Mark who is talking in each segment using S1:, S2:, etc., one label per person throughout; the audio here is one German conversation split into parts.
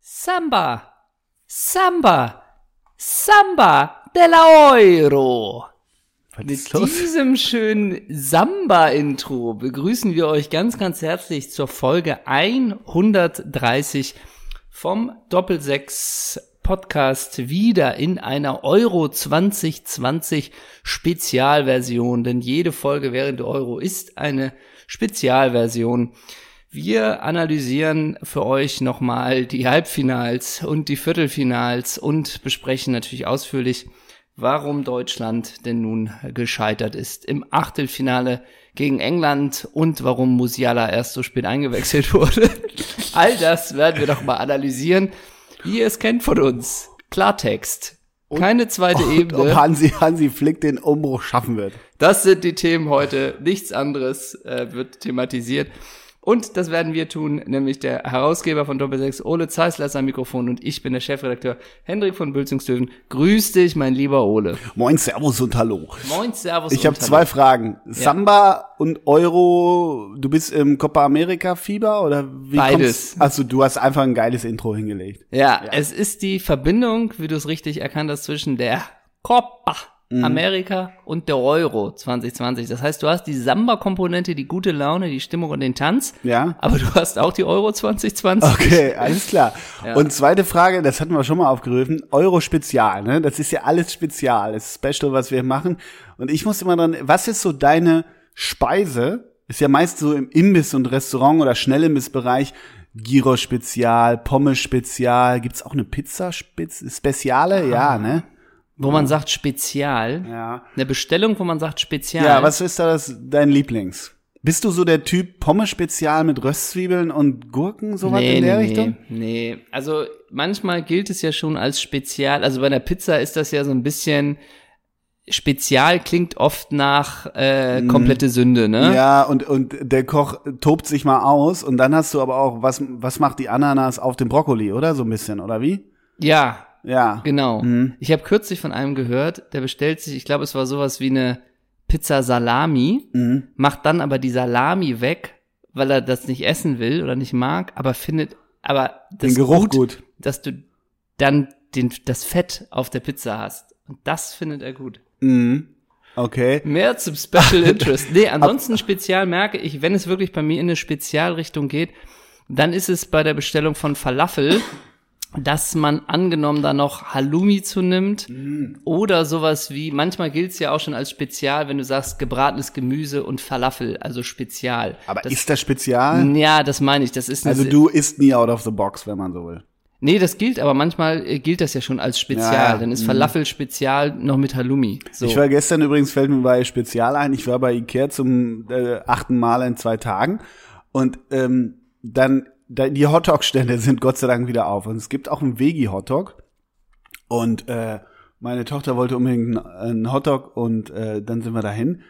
S1: Samba, Samba, Samba de la Euro. Mit diesem schönen Samba-Intro begrüßen wir euch ganz, ganz herzlich zur Folge 130 vom Doppelsechs Podcast wieder in einer Euro 2020 Spezialversion, denn jede Folge während der Euro ist eine Spezialversion. Wir analysieren für euch nochmal die Halbfinals und die Viertelfinals und besprechen natürlich ausführlich, warum Deutschland denn nun gescheitert ist im Achtelfinale gegen England und warum Musiala erst so spät eingewechselt wurde. All das werden wir doch mal analysieren wie ihr es kennt von uns. Klartext. Und, Keine zweite
S2: und
S1: Ebene.
S2: Ob Hansi, Hansi Flick den Umbruch schaffen wird.
S1: Das sind die Themen heute. Nichts anderes äh, wird thematisiert. Und das werden wir tun, nämlich der Herausgeber von Doppel 6, Ole Zeissler ist am Mikrofon und ich bin der Chefredakteur Hendrik von Bülzungsdöven. Grüß dich, mein lieber Ole.
S2: Moin, Servus und Hallo.
S1: Moin, Servus
S2: Ich habe zwei Fragen. Samba ja. und Euro, du bist im Copa America Fieber oder wie
S1: Beides.
S2: Kommst, also du hast einfach ein geiles Intro hingelegt.
S1: Ja, ja. es ist die Verbindung, wie du es richtig erkannt hast, zwischen der Copa
S2: Mhm.
S1: Amerika und der Euro 2020. Das heißt, du hast die Samba-Komponente, die gute Laune, die Stimmung und den Tanz.
S2: Ja.
S1: Aber du hast auch die Euro 2020.
S2: Okay, alles klar. Ja. Und zweite Frage, das hatten wir schon mal aufgerufen. Euro Spezial, ne? Das ist ja alles Spezial, das Special, was wir machen. Und ich muss immer dran, was ist so deine Speise? Ist ja meist so im Imbiss- und Restaurant- oder Schnellimbiss-Bereich. Giro Spezial, Pommes Spezial. Gibt's auch eine Pizza Speziale? Ah. Ja, ne?
S1: Wo man sagt Spezial.
S2: Ja.
S1: Eine Bestellung, wo man sagt Spezial.
S2: Ja, was ist da das, dein Lieblings? Bist du so der Typ Pommes-Spezial mit Röstzwiebeln und Gurken, sowas
S1: nee,
S2: in der
S1: nee,
S2: Richtung?
S1: Nee, also manchmal gilt es ja schon als Spezial. Also bei einer Pizza ist das ja so ein bisschen, Spezial klingt oft nach äh, komplette Sünde, ne?
S2: Mhm. Ja, und, und der Koch tobt sich mal aus und dann hast du aber auch, was, was macht die Ananas auf dem Brokkoli, oder? So ein bisschen, oder wie?
S1: Ja,
S2: ja.
S1: Genau.
S2: Mhm.
S1: Ich habe kürzlich von einem gehört, der bestellt sich, ich glaube, es war sowas wie eine Pizza Salami,
S2: Mhm.
S1: macht dann aber die Salami weg, weil er das nicht essen will oder nicht mag, aber findet aber das
S2: Den Geruch
S1: gut,
S2: gut.
S1: dass du dann den, das Fett auf der Pizza hast. Und das findet er gut.
S2: Mhm. Okay.
S1: Mehr zum Special Interest. Nee, ansonsten spezial merke ich, wenn es wirklich bei mir in eine Spezialrichtung geht, dann ist es bei der Bestellung von Falafel, dass man angenommen da noch Halloumi zunimmt
S2: Mm.
S1: oder sowas wie, manchmal gilt es ja auch schon als Spezial, wenn du sagst gebratenes Gemüse und Falafel, also Spezial.
S2: Aber
S1: das,
S2: ist das Spezial?
S1: ja, das meine ich. Das ist eine
S2: Also
S1: Se-
S2: du isst nie out of the box, wenn man so will.
S1: Nee, das gilt, aber manchmal äh, gilt das ja schon als Spezial.
S2: Ja, ja.
S1: Dann ist Falafel Spezial noch mit Halloumi. So.
S2: Ich war gestern übrigens, fällt mir bei Spezial ein, ich war bei Ikea zum äh, achten Mal in zwei Tagen und ähm, dann, da, die Hotdog-Stände sind Gott sei Dank wieder auf und es gibt auch einen Vegi-Hotdog und äh, meine Tochter wollte unbedingt einen, einen Hotdog und äh, dann sind wir dahin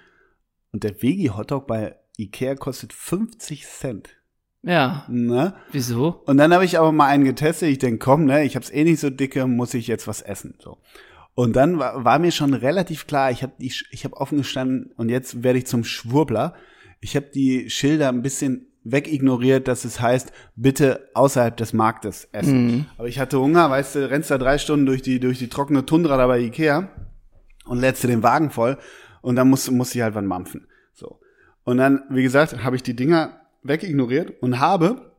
S2: und der Vegi-Hotdog bei Ikea kostet 50 Cent.
S1: ja,
S2: Ne?
S1: wieso?
S2: Und dann habe ich aber mal einen getestet. Ich denke, komm, ne, ich hab's eh nicht so dicke, muss ich jetzt was essen. So. Und dann war, war mir schon relativ klar, ich habe ich, ich hab offen gestanden und jetzt werde ich zum Schwurbler. Ich habe die Schilder ein bisschen wegignoriert, dass es heißt, bitte außerhalb des Marktes
S1: Mhm.
S2: essen.
S1: Mm.
S2: Aber ich hatte Hunger, weißt du, rennst da drei Stunden durch die, durch die trockene Tundra da bei Ikea und lädst dir den Wagen voll und dann musst, musst ich halt wann mampfen. So. Und dann, wie gesagt, habe ich die Dinger wegignoriert und habe,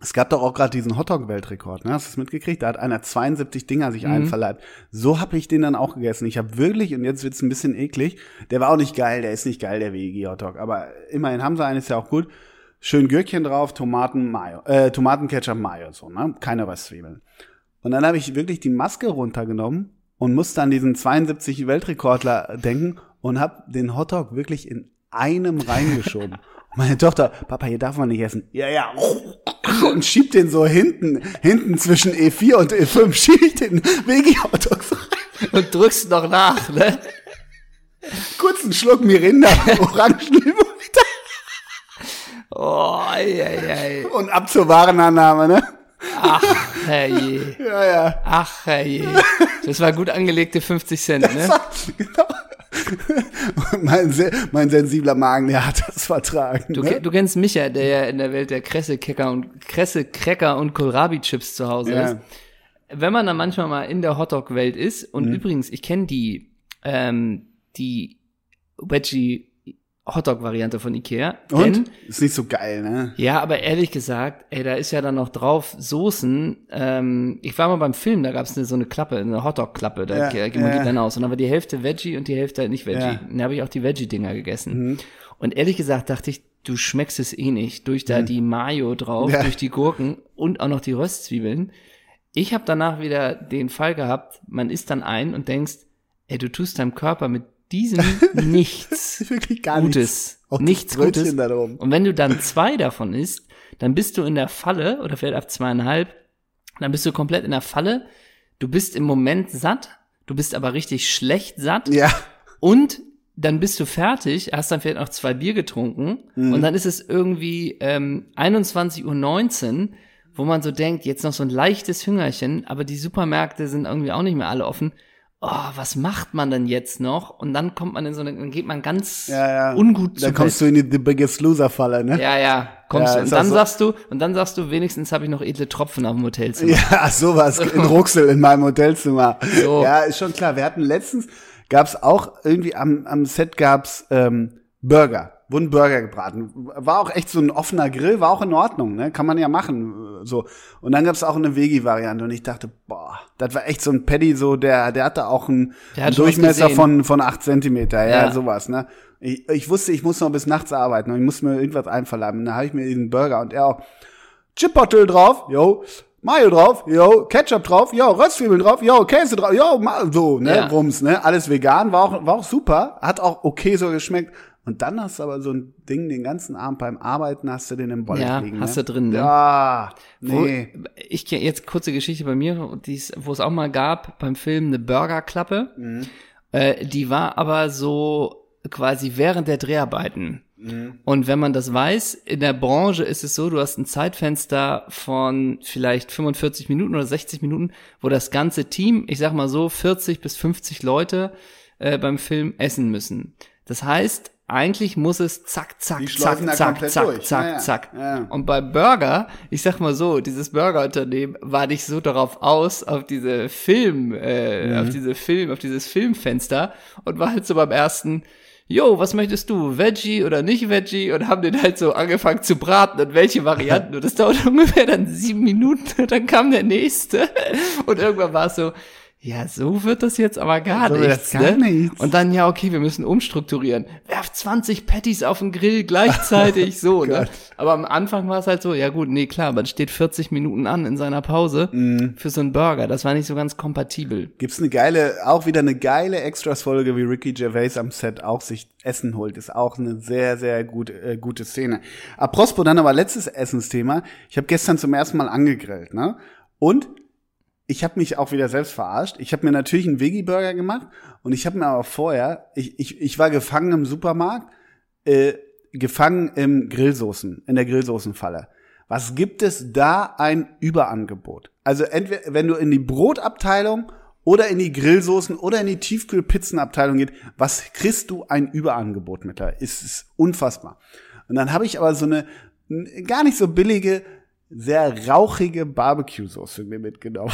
S2: es gab doch auch gerade diesen Hotdog-Weltrekord, ne? hast du es mitgekriegt? Da hat einer 72 Dinger sich einverleibt. So habe ich den dann auch gegessen. Ich habe wirklich, und jetzt wird's ein bisschen eklig, der war auch nicht geil, der ist nicht geil, der Veggie-Hotdog, aber immerhin haben sie einen, ist ja auch gut. Schön Gürkchen drauf, Tomaten, Mayo, äh, Tomatenketchup, Mayo, so, ne? Keine Röstzwiebeln. Und dann habe ich wirklich die Maske runtergenommen und musste an diesen 72 Weltrekordler denken und habe den Hotdog wirklich in einem reingeschoben. Meine Tochter, Papa, hier darf man nicht essen. Ja, ja. Und schiebt den so hinten, hinten zwischen E4 und E5, schieb ich den Veggie-Hotdog so rein.
S1: Und drückst noch nach, ne?
S2: Kurzen Schluck Mirinda, Orangenlimonade
S1: Oh, ei, ei, ei.
S2: und ab zur Warenannahme, ne?
S1: Ach, herrje.
S2: Ja, ja.
S1: Ach, herrje. Das war gut angelegte 50 Cent, ne?
S2: Genau. mein, se- mein sensibler Magen, der hat das vertragen.
S1: Du,
S2: ne?
S1: ke- du kennst Micha, der ja in der Welt der Kresse-Cracker und, Kresse Cracker und Kohlrabi-Chips zu Hause
S2: Ja.
S1: ist. Wenn man dann manchmal mal in der Hotdog-Welt ist, und
S2: Mhm.
S1: übrigens, ich kenne die, ähm, die Veggie Hotdog-Variante von Ikea.
S2: Und?
S1: Denn,
S2: Ist nicht so geil, ne?
S1: ja, aber ehrlich gesagt, ey, da ist ja dann noch drauf Soßen. Ähm, ich war mal beim Film, da gab es eine, so eine Klappe, eine Hotdog-Klappe, da
S2: Ja,
S1: ja, ging man
S2: ja.
S1: die dann aus. Und dann war die Hälfte Veggie und die Hälfte halt nicht Veggie.
S2: Ja. Mhm.
S1: Dann habe ich auch die Veggie-Dinger gegessen. Und ehrlich gesagt dachte ich, du schmeckst es eh nicht. Durch da die Mayo drauf,
S2: Mhm. Ja.
S1: durch die Gurken und auch noch die Röstzwiebeln. Ich habe danach wieder den Fall gehabt, man isst dann ein und denkst, ey, du tust deinem Körper mit diesem nichts.
S2: Ist wirklich gar nichts.
S1: Gutes.
S2: Auch das
S1: nichts
S2: Brötchen
S1: Gutes.
S2: da oben.
S1: Und wenn du dann zwei davon isst, dann bist du in der Falle, oder vielleicht ab zweieinhalb, dann bist du komplett in der Falle. Du bist im Moment satt, du bist aber richtig schlecht satt
S2: Ja,
S1: und dann bist du fertig, hast dann vielleicht noch zwei Bier getrunken
S2: Mhm.
S1: und dann ist es irgendwie ähm, 21.19 Uhr, wo man so denkt, jetzt noch so ein leichtes Hüngerchen, aber die Supermärkte sind irgendwie auch nicht mehr alle offen. Oh, was macht man denn jetzt noch? Und dann kommt man in so eine, dann geht man ganz
S2: ja, ja.
S1: ungut
S2: Da
S1: zu
S2: kommst du in die The Biggest Loser-Falle, ne?
S1: ja, ja, kommst
S2: Ja,
S1: du. Und
S2: ist
S1: dann
S2: auch so-
S1: sagst du, und dann sagst du, wenigstens habe ich noch edle Tropfen auf dem Hotelzimmer.
S2: Ja, sowas in Rucksel in meinem Hotelzimmer.
S1: So.
S2: Ja, ist schon klar. Wir hatten letztens, gab's auch irgendwie am, am Set gab's ähm, Burger. Wurden Burger gebraten. War auch echt so ein offener Grill, war auch in Ordnung, ne? Kann man ja machen. äh, So. Und dann gab's auch eine Veggie-Variante und ich dachte, boah, das war echt so ein Paddy, so der, der hatte auch einen,
S1: Der hat
S2: einen
S1: schon was
S2: Durchmesser
S1: gesehen.
S2: von, von acht Zentimeter, ja,
S1: Ja.
S2: sowas, ne? Ich, ich wusste, ich muss noch bis nachts arbeiten und ich muss mir irgendwas einverleiben. Und dann habe ich mir diesen Burger und er auch, Chipotle drauf, yo. Mayo drauf, yo. Ketchup drauf, yo. Röstzwiebeln drauf, yo. Käse drauf, yo. Ma so, ne?
S1: Ja.
S2: Rums, ne? Alles vegan, war auch, war auch super. Hat auch okay so geschmeckt. Und dann hast du aber so ein Ding den ganzen Abend beim Arbeiten, hast du den im Bolle
S1: Ja,
S2: liegen.
S1: hast
S2: ne?
S1: du drin, ne?
S2: Ja, nee.
S1: Wo, ich kenn- jetzt kurze Geschichte bei mir, die es- wo es auch mal gab beim Film eine Burgerklappe.
S2: Mhm.
S1: Äh, die war aber so quasi während der Dreharbeiten.
S2: Mhm.
S1: Und wenn man das weiß, in der Branche ist es so, du hast ein Zeitfenster von vielleicht 45 Minuten oder 60 Minuten, wo das ganze Team, ich sag mal so, 40 bis 50 Leute äh, beim Film essen müssen. Das heißt, eigentlich muss es zack, zack,
S2: Die
S1: zack,
S2: schleusen da
S1: zack,
S2: komplett
S1: zack,
S2: durch.
S1: zack,
S2: Ja, ja.
S1: zack.
S2: Ja.
S1: Und bei Burger, ich sag mal so, dieses Burgerunternehmen war nicht so darauf aus, auf diese Film, äh,
S2: Mhm.
S1: auf diese Film, auf dieses Filmfenster und war halt so beim ersten, yo, was möchtest du, Veggie oder nicht Veggie? Und haben den halt so angefangen zu braten und welche Varianten. Und das dauerte ungefähr dann sieben Minuten und dann kam der nächste. Und irgendwann war es so, ja, so wird das jetzt aber gar
S2: So wird
S1: nichts.
S2: das gar
S1: ne?
S2: nichts.
S1: Und dann, ja, okay, wir müssen umstrukturieren. Werf 20 Patties auf den Grill gleichzeitig, so, ne? Aber am Anfang war es halt so, ja gut, nee, klar, man steht 40 Minuten an in seiner Pause
S2: Mhm. Mm.
S1: für so einen Burger. Das war nicht so ganz kompatibel.
S2: Gibt's eine geile, auch wieder eine geile Extras-Folge, wie Ricky Gervais am Set auch sich Essen holt. Ist auch eine sehr, sehr gut, äh, gute Szene. Apropos dann aber letztes Essensthema. Ich habe gestern zum ersten Mal angegrillt, ne? Und ich habe mich auch wieder selbst verarscht. Ich habe mir natürlich einen Veggie-Burger gemacht und ich habe mir aber vorher, ich, ich, ich war gefangen im Supermarkt, äh, gefangen im Grillsoßen, in der Grillsoßenfalle. Was gibt es da ein Überangebot? Also entweder, wenn du in die Brotabteilung oder in die Grillsoßen oder in die Tiefkühlpizzenabteilung geht, was kriegst du ein Überangebot mit da? Es ist unfassbar. Und dann habe ich aber so eine n- gar nicht so billige, sehr rauchige Barbecue-Soße mir mitgenommen.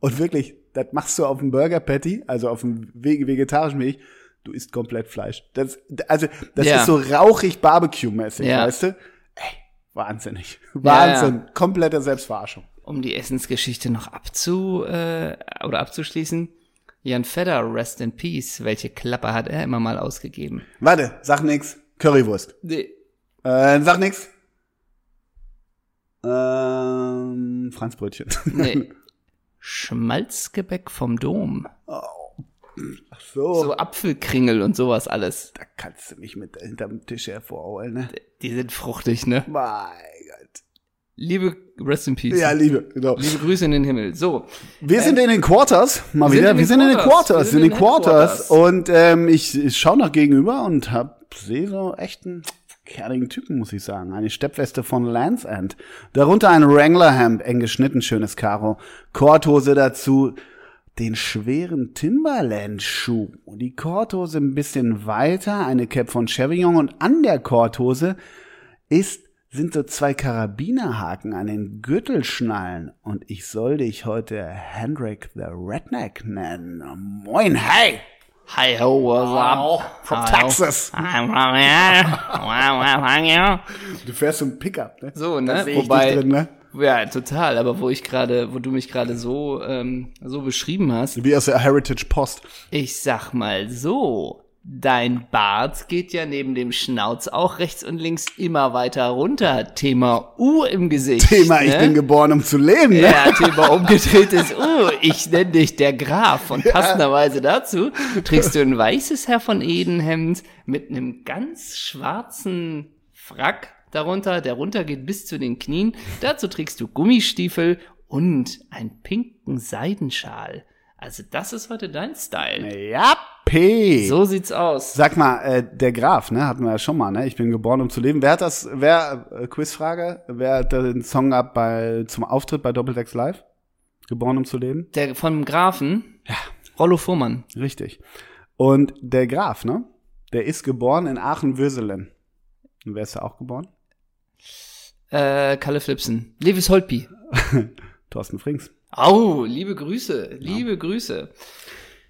S2: Und wirklich, das machst du auf dem Burger Patty, also auf dem ve- vegetarischen Weg, du isst komplett Fleisch. Das, also, das
S1: Ja.
S2: ist so rauchig Barbecue-mäßig,
S1: Ja.
S2: weißt du? Ey, wahnsinnig. Wahnsinn. Komplette Selbstverarschung.
S1: um die Essensgeschichte noch abzu äh, oder abzuschließen. Jan Fedder, rest in peace. Welche Klappe hat er immer mal ausgegeben?
S2: Warte, sag nix. Currywurst.
S1: Nee.
S2: Äh, sag nix. Ähm, Franzbrötchen.
S1: nee. Schmalzgebäck vom Dom.
S2: Ach so.
S1: So Apfelkringel und sowas alles.
S2: Da kannst du mich mit hinterm Tisch hervorholen, ne?
S1: Die sind fruchtig, ne?
S2: Mein Gott.
S1: Liebe Rest in Peace.
S2: Ja, Liebe, genau.
S1: Liebe Grüße in den Himmel. So,
S2: Wir sind in den Quarters, mal
S1: wir
S2: wieder. Ähm, Wir sind in den Quarters,
S1: wir
S2: in den Quarters. Und ähm, ich, ich schaue nach gegenüber und hab sehe so echten kernigen Typen, muss ich sagen. Eine Steppweste von Lands End. Darunter ein Wrangler-Hemd, eng geschnitten, schönes Karo. Korthose dazu. den schweren Timberland-Schuh, die Korthose ein bisschen weiter, eine Cap von Chevignon und an der Korthose ist, sind so zwei Karabinerhaken an den Gürtelschnallen und ich soll dich heute Hendrik the Redneck nennen. Moin, hey!
S1: Hi ho, what's
S2: Wow,
S1: up?
S2: from
S1: Hi, ho.
S2: Texas.
S1: I'm from here. Wow, wow, wow, yeah.
S2: Du fährst so ein Pickup, ne?
S1: So, ne?
S2: sehe ich
S1: Wobei,
S2: dich drin, ne?
S1: ja, total. Aber wo ich gerade, wo du mich gerade so, ähm, so beschrieben hast,
S2: Wie aus der Heritage Post.
S1: ich sag mal so. Dein Bart geht ja neben dem Schnauz auch rechts und links immer weiter runter. Thema U im Gesicht.
S2: Thema,
S1: ne?
S2: ich bin geboren, um zu leben, ne?
S1: Ja, Thema umgedrehtes U. oh, Ich nenne dich der Graf. Und passenderweise dazu trägst du ein weißes Herr von Edenhemd mit einem ganz schwarzen Frack darunter, der runtergeht bis zu den Knien. Dazu trägst du Gummistiefel und einen pinken Seidenschal. Also das ist heute dein Style.
S2: Ja, P.
S1: So sieht's aus.
S2: Sag mal, äh, der Graf, ne, hatten wir ja schon mal, ne? Ich bin geboren, um zu leben. Wer hat das, wer, äh, Quizfrage, wer hat den Song ab bei, zum Auftritt bei Doppeldex Live? Geboren, um zu leben?
S1: Der vom Grafen. Rollo Fuhrmann.
S2: Richtig. Und der Graf, ne? Der ist geboren in Aachen-Würselen. Und wer ist da auch geboren?
S1: Äh, Kalle Flipsen. Lewis Holtby.
S2: Thorsten Frings.
S1: Au, liebe Grüße, liebe Grüße.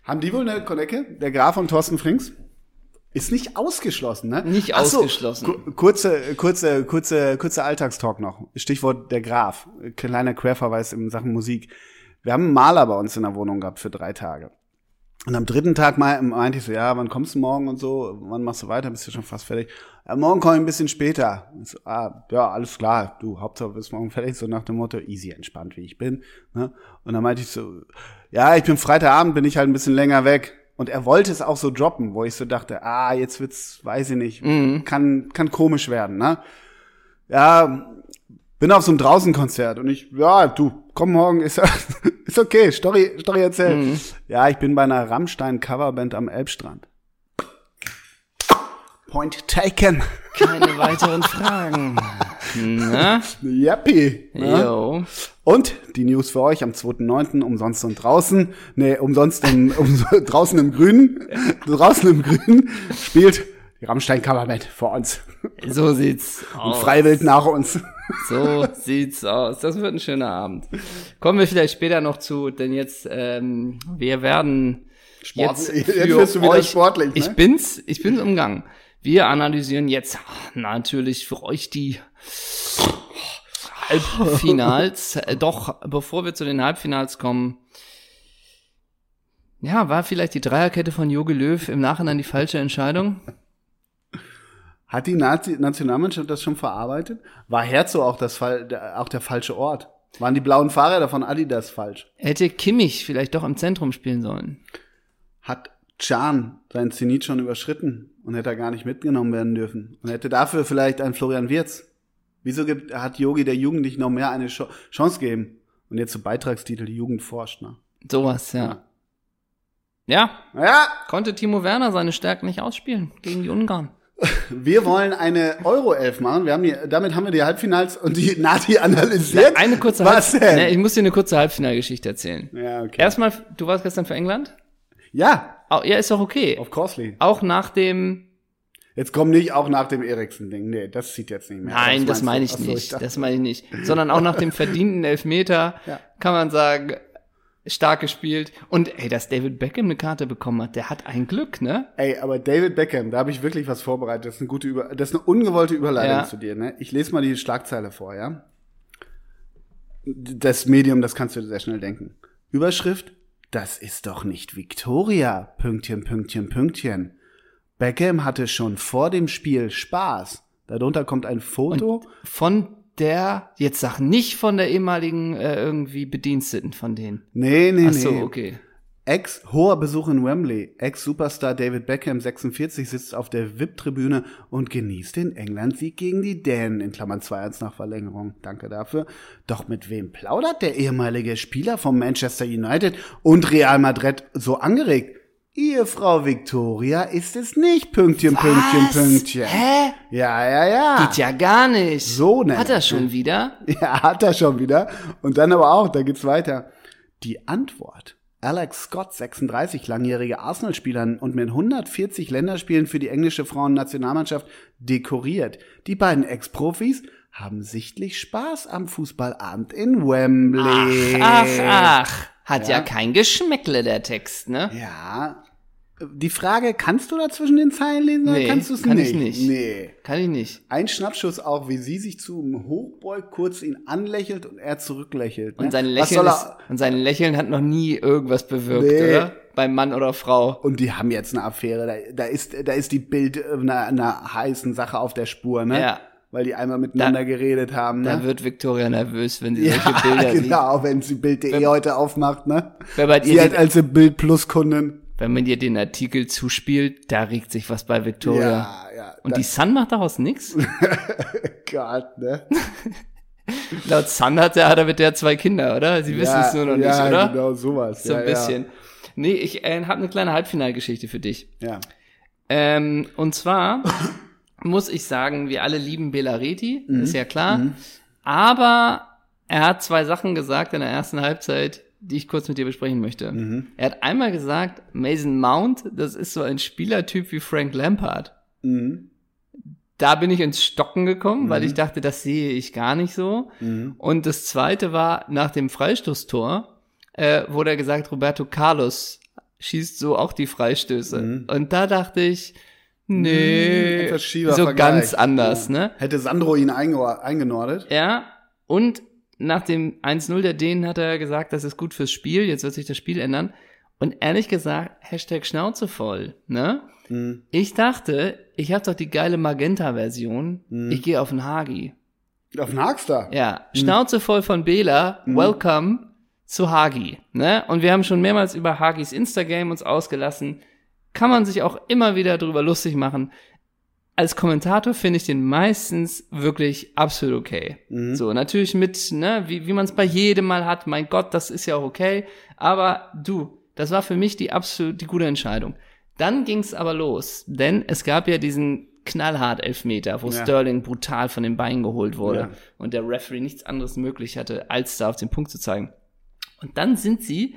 S2: Haben die wohl eine Konecke? Der Graf und Thorsten Frings? Ist nicht ausgeschlossen, ne?
S1: Nicht
S2: Ach so,
S1: ausgeschlossen.
S2: ku- Kurze, kurze, kurze, kurze Alltagstalk noch. Stichwort der Graf. Kleiner Querverweis in Sachen Musik. Wir haben einen Maler bei uns in der Wohnung gehabt für drei Tage. Und am dritten Tag mei- meinte ich so, ja, wann kommst du morgen und so, wann machst du weiter, bist du schon fast fertig. Ja, morgen komme ich ein bisschen später. Ich so, ah, ja, alles klar, du, Hauptsache bist morgen fertig, so nach dem Motto, easy, entspannt, wie ich bin. Ne? Und dann meinte ich so, ja, ich bin Freitagabend, bin ich halt ein bisschen länger weg. Und er wollte es auch so droppen, wo ich so dachte, ah, jetzt wird's, weiß ich nicht, kann, kann komisch werden, ne? Ja, bin auf so einem Draußenkonzert und ich, ja, du, komm morgen, ist, ist okay, Story, Story erzählen. Ja, ich bin bei einer Rammstein-Coverband am Elbstrand. Point taken.
S1: Keine weiteren Fragen. Na?
S2: Yappie. Ne?
S1: Jo.
S2: Und die News für euch am 2.9. umsonst und draußen. Nee, umsonst im, um, draußen im Grünen. Draußen im Grünen spielt die Rammstein-Coverband vor uns.
S1: So sieht's
S2: Und
S1: aus.
S2: Freiwild nach uns.
S1: So sieht's aus. Das wird ein schöner Abend. Kommen wir vielleicht später noch zu, denn jetzt, ähm, wir werden jetzt,
S2: Sportlich.
S1: für
S2: Jetzt wirst du wieder
S1: euch,
S2: sportlich, ne?
S1: Ich bin's, ich bin's umgangen. Wir analysieren jetzt natürlich für euch die Halbfinals. Äh, Doch, bevor wir zu den Halbfinals kommen, ja, war vielleicht die Dreierkette von Jogi Löw im Nachhinein die falsche Entscheidung?
S2: Hat die Nazi Nationalmannschaft das schon verarbeitet? War Herzog auch, das, Fall- der- auch der falsche Ort? Waren die blauen Fahrräder von Adidas falsch?
S1: Hätte Kimmich vielleicht doch im Zentrum spielen sollen.
S2: Hat Can seinen Zenit schon überschritten und hätte er gar nicht mitgenommen werden dürfen? Und hätte dafür vielleicht einen Florian Wirz? Wieso gibt, hat Yogi der Jugend nicht noch mehr eine Cho- Chance gegeben? Und jetzt so Beitragstitel, die Jugend forscht, ne?
S1: Sowas, ja. Ja,
S2: Ja,
S1: konnte Timo Werner seine Stärken nicht ausspielen gegen die Ungarn.
S2: wir wollen eine Euro-Elf machen. Wir haben die, damit haben wir die Halbfinals und die Nati analysiert.
S1: Eine kurze
S2: Was
S1: Halb-
S2: denn?
S1: Nee, ich muss dir eine kurze Halbfinalgeschichte erzählen.
S2: ja, okay.
S1: Erstmal, du warst gestern für England?
S2: ja,
S1: Oh, ja, ist doch okay.
S2: of course.
S1: Auch nach dem
S2: Jetzt komm nicht auch nach dem Eriksen-Ding. Nee, das zieht jetzt nicht mehr.
S1: Nein, das
S2: meinst
S1: meine ich
S2: du? Ach so,
S1: nicht.
S2: dachte-
S1: das meine ich nicht. Sondern auch nach dem verdienten Elfmeter
S2: Ja.
S1: kann man sagen, stark gespielt. Und ey, dass David Beckham eine Karte bekommen hat, der hat ein Glück, ne?
S2: Ey, aber David Beckham, da habe ich wirklich was vorbereitet. Das ist eine gute Über das ist eine ungewollte Überleitung
S1: Ja.
S2: zu dir, ne? Ich lese mal die Schlagzeile vor, ja? Das Medium, das kannst du sehr schnell denken. Überschrift: Das ist doch nicht Victoria. Pünktchen, Pünktchen, Pünktchen. Beckham hatte schon vor dem Spiel Spaß. Darunter kommt ein Foto.
S1: Von der, jetzt sag nicht von der ehemaligen äh, irgendwie Bediensteten von denen.
S2: nee, nee,
S1: Ach so,
S2: nee.
S1: okay.
S2: Ex hoher Besuch in Wembley. Ex-Superstar David Beckham 46 sitzt auf der VIP-Tribüne und genießt den England-Sieg gegen die Dänen in Klammern 2-1 nach Verlängerung. Danke dafür. Doch mit wem plaudert der ehemalige Spieler von Manchester United und Real Madrid so angeregt? Ehefrau Victoria ist es nicht. Pünktchen, Pünktchen,
S1: Was?
S2: Pünktchen.
S1: Hä?
S2: Ja, ja, ja.
S1: Geht ja gar nicht.
S2: So nämlich.
S1: Hat er schon wieder?
S2: Ja, hat er schon wieder. Und dann aber auch, da geht's weiter. Die Antwort Alex Scott, 36 langjähriger Arsenal-Spieler und mit 140 Länderspielen für die englische Frauennationalmannschaft dekoriert. Die beiden Ex-Profis haben sichtlich Spaß am Fußballabend in Wembley.
S1: Ach, ach, ach. Hat ja,
S2: Äh, Ja.
S1: kein Geschmäckle, der Text, ne?
S2: Ja. Die Frage, kannst du da zwischen den Zeilen lesen oder
S1: Nee,
S2: kannst du es
S1: kann
S2: nicht?
S1: ich nicht.
S2: Nee.
S1: Kann ich nicht.
S2: Ein Schnappschuss auch, wie sie sich zu ihm hochbeugt, kurz ihn anlächelt und er zurücklächelt.
S1: Und
S2: ne?
S1: sein
S2: Was
S1: Lächeln,
S2: soll
S1: ist,
S2: er?
S1: und sein Lächeln hat noch nie irgendwas bewirkt,
S2: Nee.
S1: oder? Beim Mann oder Frau.
S2: Und die haben jetzt eine Affäre. Da, da, ist, da ist die Bild äh, einer, einer heißen Sache auf der Spur, ne?
S1: Ja.
S2: Weil die einmal miteinander geredet haben,
S1: Da
S2: ne?
S1: wird Victoria nervös, wenn sie
S2: ja,
S1: solche Bilder
S2: genau, wenn sie Bild.de heute aufmacht, ne?
S1: sieht. Wenn man,
S2: Sie
S1: ihr
S2: halt
S1: den,
S2: als Bild Plus Kundin.
S1: wenn man ihr den Artikel zuspielt, da regt sich was bei Victoria.
S2: Ja, ja.
S1: und die Sun macht daraus nichts?
S2: Gott, ne?
S1: Laut Sun hat er, hat er mit der zwei Kinder, oder? Sie wissen es nur noch
S2: ja,
S1: nicht, oder?
S2: genau sowas.
S1: So
S2: ja,
S1: ein bisschen. Nee, ich äh, habe eine kleine Halbfinalgeschichte für dich.
S2: Ja. ja.
S1: Ähm, und zwar muss ich sagen, wir alle lieben Belareti,
S2: Mhm.
S1: ist ja klar. Aber er hat zwei Sachen gesagt in der ersten Halbzeit, die ich kurz mit dir besprechen möchte.
S2: Mhm.
S1: Er hat einmal gesagt, Mason Mount, das ist so ein Spielertyp wie Frank Lampard.
S2: Mhm.
S1: Da bin ich ins Stocken gekommen, weil ich dachte, das sehe ich gar nicht so.
S2: Mhm.
S1: Und das zweite war nach dem Freistoßtor, äh, wurde gesagt, Roberto Carlos schießt so auch die Freistöße. Und da dachte ich, nee,
S2: Mhm. Etwas schiefer
S1: so
S2: Vergleich. Mhm.
S1: ganz anders,
S2: Ja.
S1: ne?
S2: Hätte Sandro ihn eingeor- eingenordet?
S1: Ja, und nach dem 1-0 der Dänen hat er gesagt, das ist gut fürs Spiel, jetzt wird sich das Spiel ändern. Und ehrlich gesagt, Hashtag Schnauze voll, ne?
S2: Mhm.
S1: Ich dachte, ich habe doch die geile Magenta-Version,
S2: Mhm.
S1: ich gehe auf den Hagi.
S2: Auf den Hagstar.
S1: Ja, Schnauze voll von Bela,
S2: Mhm.
S1: welcome zu Hagi. Ne? Und wir haben schon mehrmals über Hagis Instagram uns ausgelassen. Kann man sich auch immer wieder drüber lustig machen. Als Kommentator finde ich den meistens wirklich absolut okay.
S2: Mhm. Hm.
S1: So, natürlich mit, ne, wie, wie man es bei jedem Mal hat, mein Gott, das ist ja auch okay. Aber du, das war für mich die absolut die gute Entscheidung. Dann ging es aber los, denn es gab ja diesen knallhart Elfmeter, wo
S2: Ja.
S1: Sterling brutal von den Beinen geholt wurde
S2: Ja.
S1: und der Referee nichts anderes möglich hatte, als da auf den Punkt zu zeigen. Und dann sind sie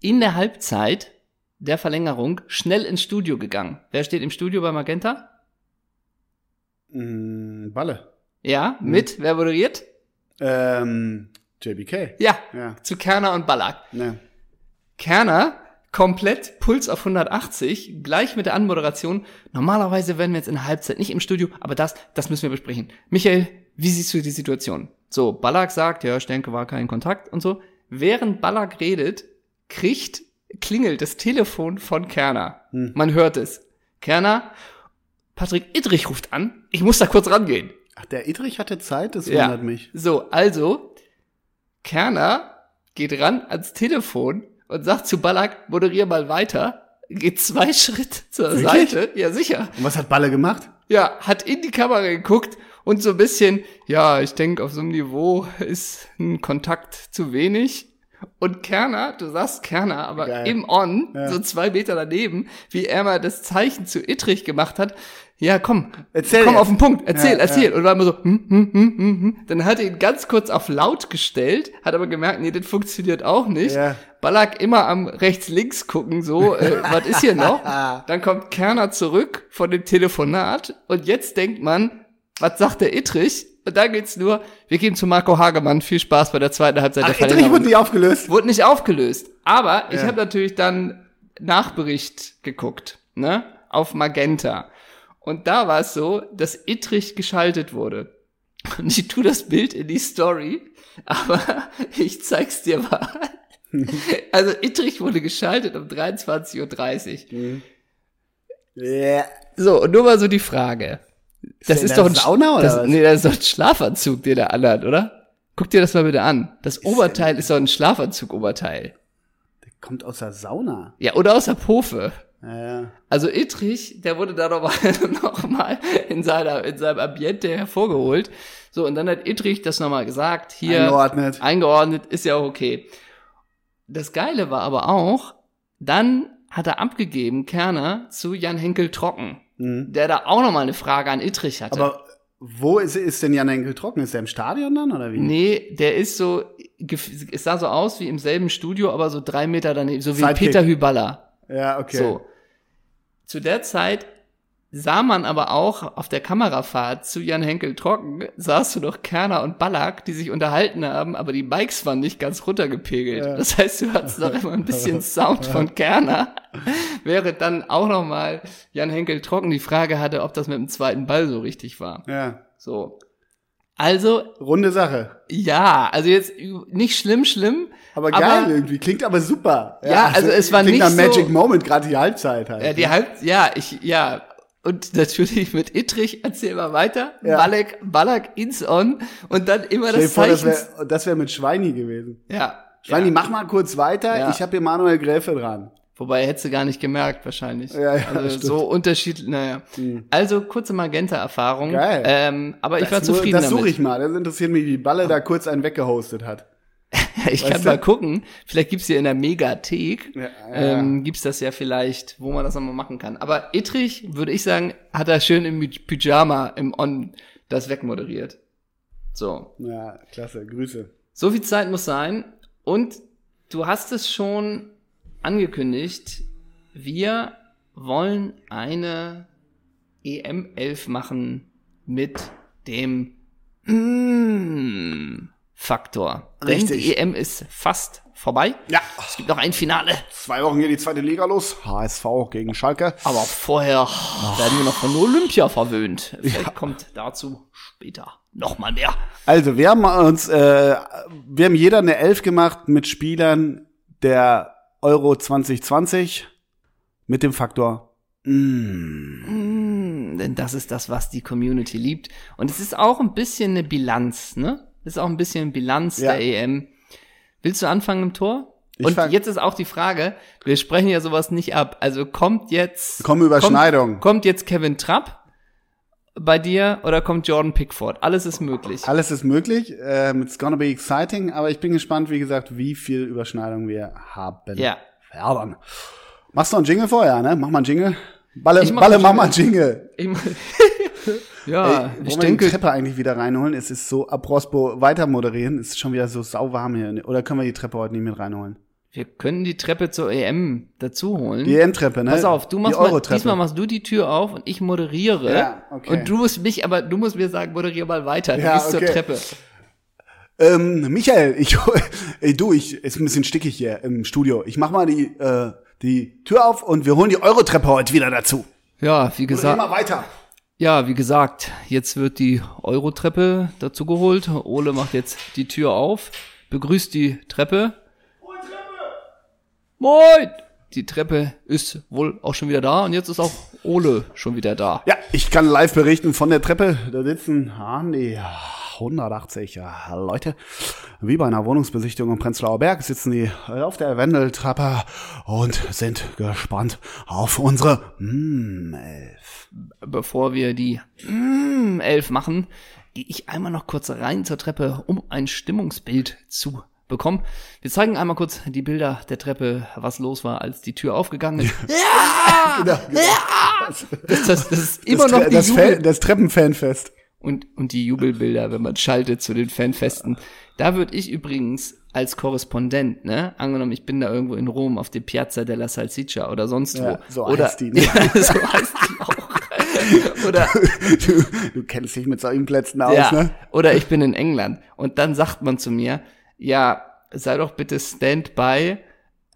S1: in der Halbzeit der Verlängerung schnell ins Studio gegangen. Wer steht im Studio bei Magenta?
S2: Mhm, Balle.
S1: Ja, mit, wer moderiert?
S2: Ähm, JBK.
S1: Ja,
S2: Ja.
S1: zu Kerner und Ballack.
S2: Ne.
S1: Kerner, komplett Puls auf 180, gleich mit der Anmoderation. Normalerweise wären wir jetzt in der Halbzeit nicht im Studio, aber das, das müssen wir besprechen. Michael, wie siehst du die Situation? So, Ballack sagt, ja, Stenke war kein Kontakt und so. Während Ballack redet, kriegt, klingelt das Telefon von Kerner.
S2: Hm.
S1: Man hört es. Kerner, Patrick Idrich ruft an, ich muss da kurz rangehen.
S2: Ach, der Idrich hatte Zeit, das
S1: Ja.
S2: wundert mich.
S1: So, also, Kerner geht ran ans Telefon und sagt zu Ballack, moderier mal weiter, geht zwei Schritt zur
S2: Wirklich?
S1: Seite, ja sicher,
S2: Und was hat Balle gemacht?
S1: ja, hat in die Kamera geguckt und so ein bisschen, ja, ich denke, auf so einem Niveau ist ein Kontakt zu wenig. Und Kerner, du sagst Kerner, aber
S2: Geil.
S1: im On,
S2: Ja.
S1: so zwei Meter daneben, wie er mal das Zeichen zu Ittrich gemacht hat, ja, komm,
S2: Erzähl
S1: komm
S2: jetzt.
S1: auf den Punkt, erzähl,
S2: Ja,
S1: erzähl. Und war immer so, hm, hm, hm, hm, hm. Dann hat er ihn ganz kurz auf laut gestellt, hat aber gemerkt, nee, das funktioniert auch nicht.
S2: Ja.
S1: Ballack immer am rechts-links gucken, so, äh, was ist hier noch? Dann kommt Kerner zurück von dem Telefonat und jetzt denkt man, was sagt der Ittrich? Und dann geht's nur, wir geben zu Marco Hagemann, viel Spaß bei der zweiten Halbzeit der
S2: Ach, Idrich
S1: Verlängerung.
S2: wurde nicht aufgelöst.
S1: Wurde nicht aufgelöst. Aber ich
S2: Ja.
S1: habe natürlich dann Nachbericht geguckt, ne? Auf Magenta. Und da war es so, dass Ittrich geschaltet wurde. Und ich tu das Bild in die Story, aber ich zeig's dir mal. Also Ittrich wurde geschaltet um 23.30 Uhr.
S2: Ja.
S1: So, und nur mal so die Frage. Das
S2: der
S1: ist
S2: in
S1: doch
S2: der
S1: ein
S2: Sauna oder
S1: das,
S2: was?
S1: Nee, das ist doch ein Schlafanzug, den der anhat, oder? Guck dir das mal bitte an. Das Oberteil ist doch ein Schlafanzug-Oberteil.
S2: Der kommt aus der Sauna.
S1: Ja, oder aus der Pofe.
S2: Ja, ja.
S1: Also Ittrich, der wurde da nochmal noch mal in, seiner, in seinem Ambiente hervorgeholt. So, und dann hat Ittrich das nochmal gesagt, hier Ah.
S2: Eingeordnet.
S1: eingeordnet, ist ja auch okay. Das Geile war aber auch, dann hat er abgegeben, Kerner, zu Jan Henkel Trocken,
S2: Mhm.
S1: der da auch nochmal eine Frage an Ittrich hatte.
S2: Aber wo ist, ist denn Jan Henkel trocken? Ist der im Stadion dann oder wie?
S1: nee, der ist so gef- es sah so aus wie im selben Studio, aber so drei Meter daneben, so wie
S2: Sidekick.
S1: Peter Hyballa.
S2: Ja, okay.
S1: So. Zu der Zeit sah man aber auch auf der Kamerafahrt zu Jan Henkel trocken, sahst du noch Kerner und Ballack, die sich unterhalten haben, aber die Bikes waren nicht ganz runtergepegelt.
S2: Ja.
S1: Das heißt, du hattest noch immer ein bisschen Sound von Kerner, während dann auch nochmal Jan Henkel trocken die Frage hatte, ob das mit dem zweiten Ball so richtig war.
S2: Ja,
S1: So. Also,
S2: runde Sache.
S1: ja, also jetzt nicht schlimm, schlimm.
S2: Aber geil irgendwie. Klingt aber super.
S1: Ja, also es war
S2: klingt
S1: nicht
S2: nach
S1: so-
S2: Magic Moment, gerade die Halbzeit halt.
S1: Ja, Äh, die Halb, ja, ich, ja. Und natürlich mit Ittrich, erzähl mal weiter.
S2: Ja.
S1: Ballack, Ballack ins On und dann immer
S2: Stell dir
S1: das
S2: vor, das
S1: Zeichen.
S2: wäre das wär mit Schweini gewesen.
S1: ja.
S2: Schweini,
S1: ja.
S2: mach mal kurz weiter.
S1: Ja.
S2: Ich habe hier Manuel Gräfe dran.
S1: Wobei hättest du gar nicht gemerkt, wahrscheinlich.
S2: Ja, ja,
S1: also
S2: stimmt.
S1: so unterschiedlich, naja. Also kurze Magenta-Erfahrung.
S2: Geil.
S1: Ähm, aber ich war
S2: Das nur-
S1: zufrieden
S2: Das
S1: damit.
S2: suche ich mal. Das interessiert mich, wie Balle da kurz einen weggehostet hat.
S1: Ich kann
S2: Weißt du?
S1: mal gucken. Vielleicht gibt's hier in der Megathek.
S2: Ja, ja.
S1: Ähm, gibt's das ja vielleicht, wo man das nochmal machen kann. Aber Ittrich, würde ich sagen, hat er schön im Pyjama, im On, das wegmoderiert. So.
S2: Ja, klasse. Grüße.
S1: So viel Zeit muss sein. Und du hast es schon angekündigt. Wir wollen eine EM11 machen mit dem mm Faktor. Denn
S2: Richtig.
S1: die EM ist fast vorbei.
S2: Ja.
S1: Es gibt noch ein Finale.
S2: Zwei Wochen hier die zweite Liga los. HSV gegen Schalke.
S1: Aber vorher werden wir noch von Olympia verwöhnt. Vielleicht kommt dazu später nochmal mehr.
S2: Also, wir haben uns, äh, wir haben jeder eine Elf gemacht mit Spielern der Euro 2020 mit dem Faktor.
S1: Mm, Denn das ist das, was die Community liebt. Und es ist auch ein bisschen eine Bilanz, ne? Es ist auch ein bisschen Bilanz
S2: Ja.
S1: der EM. Willst du anfangen im Tor?
S2: Ich
S1: Und
S2: fang-
S1: jetzt ist auch die Frage, wir sprechen ja sowas nicht ab. Also kommt jetzt.
S2: Kommen Überschneidungen.
S1: Kommt, kommt jetzt Kevin Trapp bei dir oder kommt Jordan Pickford? Alles ist möglich.
S2: Alles ist möglich. Ähm, it's gonna be exciting, aber ich bin gespannt, wie gesagt, wie viel Überschneidung wir haben.
S1: Ja.
S2: Färbern. Machst du einen Jingle vorher, ne? Mach mal einen Jingle. Balle,
S1: Ich mach
S2: Balle,
S1: einen
S2: mach mal einen Jingle.
S1: Ich- ja, ich
S2: Ey, wollen wir die
S1: denke,
S2: Treppe eigentlich wieder reinholen? Es ist so, Aprospo, weiter moderieren. Es ist schon wieder so sauwarm hier. Oder können wir die Treppe heute nicht mit reinholen?
S1: wir können die Treppe zur EM dazu holen.
S2: Die EM-Treppe, ne?
S1: Hm? Pass auf, du machst
S2: die
S1: mal,
S2: Euro-Treppe.
S1: diesmal machst du die Tür auf und ich moderiere.
S2: Ja, okay.
S1: Und du musst mich, aber du musst mir sagen, moderier mal weiter. Du
S2: Ja,
S1: gehst zur
S2: okay.
S1: Treppe.
S2: Ähm, Michael, ich, ey, du, ich, ist ein bisschen stickig hier im Studio. Ich mach mal die, äh, die Tür auf und wir holen die Euro-Treppe heute wieder dazu.
S1: Ja, wie
S2: Moderier
S1: gesagt,
S2: mal weiter.
S1: ja, wie gesagt, jetzt wird die Eurotreppe dazu geholt. Ole macht jetzt die Tür auf, begrüßt die Treppe. Moin! Die Treppe ist wohl auch schon wieder da und jetzt ist auch Ole schon wieder da.
S2: Ja, ich kann live berichten von der Treppe. Da sitzen an die 180 Leute. Wie bei einer Wohnungsbesichtigung im Prenzlauer Berg sitzen die äh, auf der Wendeltreppe und sind gespannt auf unsere mm, elf.
S1: bevor wir die mm, elf machen, gehe ich einmal noch kurz rein zur Treppe, um ein Stimmungsbild zu bekommen. Wir zeigen einmal kurz die Bilder der Treppe, was los war, als die Tür aufgegangen ist. Das, das, das ist immer
S2: das,
S1: noch die
S2: das,
S1: Jubel
S2: Fan, das Treppenfanfest.
S1: und, und die Jubelbilder, wenn man schaltet zu den Fanfesten. Da würde ich übrigens als Korrespondent, ne, angenommen, ich bin da irgendwo in Rom auf dem Piazza della Salsiccia oder sonst wo.
S2: Ja, so
S1: oder,
S2: heißt die, ne?
S1: Ja, so heißt die auch. oder
S2: Du, du kennst dich mit solchen Plätzen aus,
S1: ja.
S2: ne?
S1: Oder ich bin in England. Und dann sagt man zu mir, ja, sei doch bitte Standby.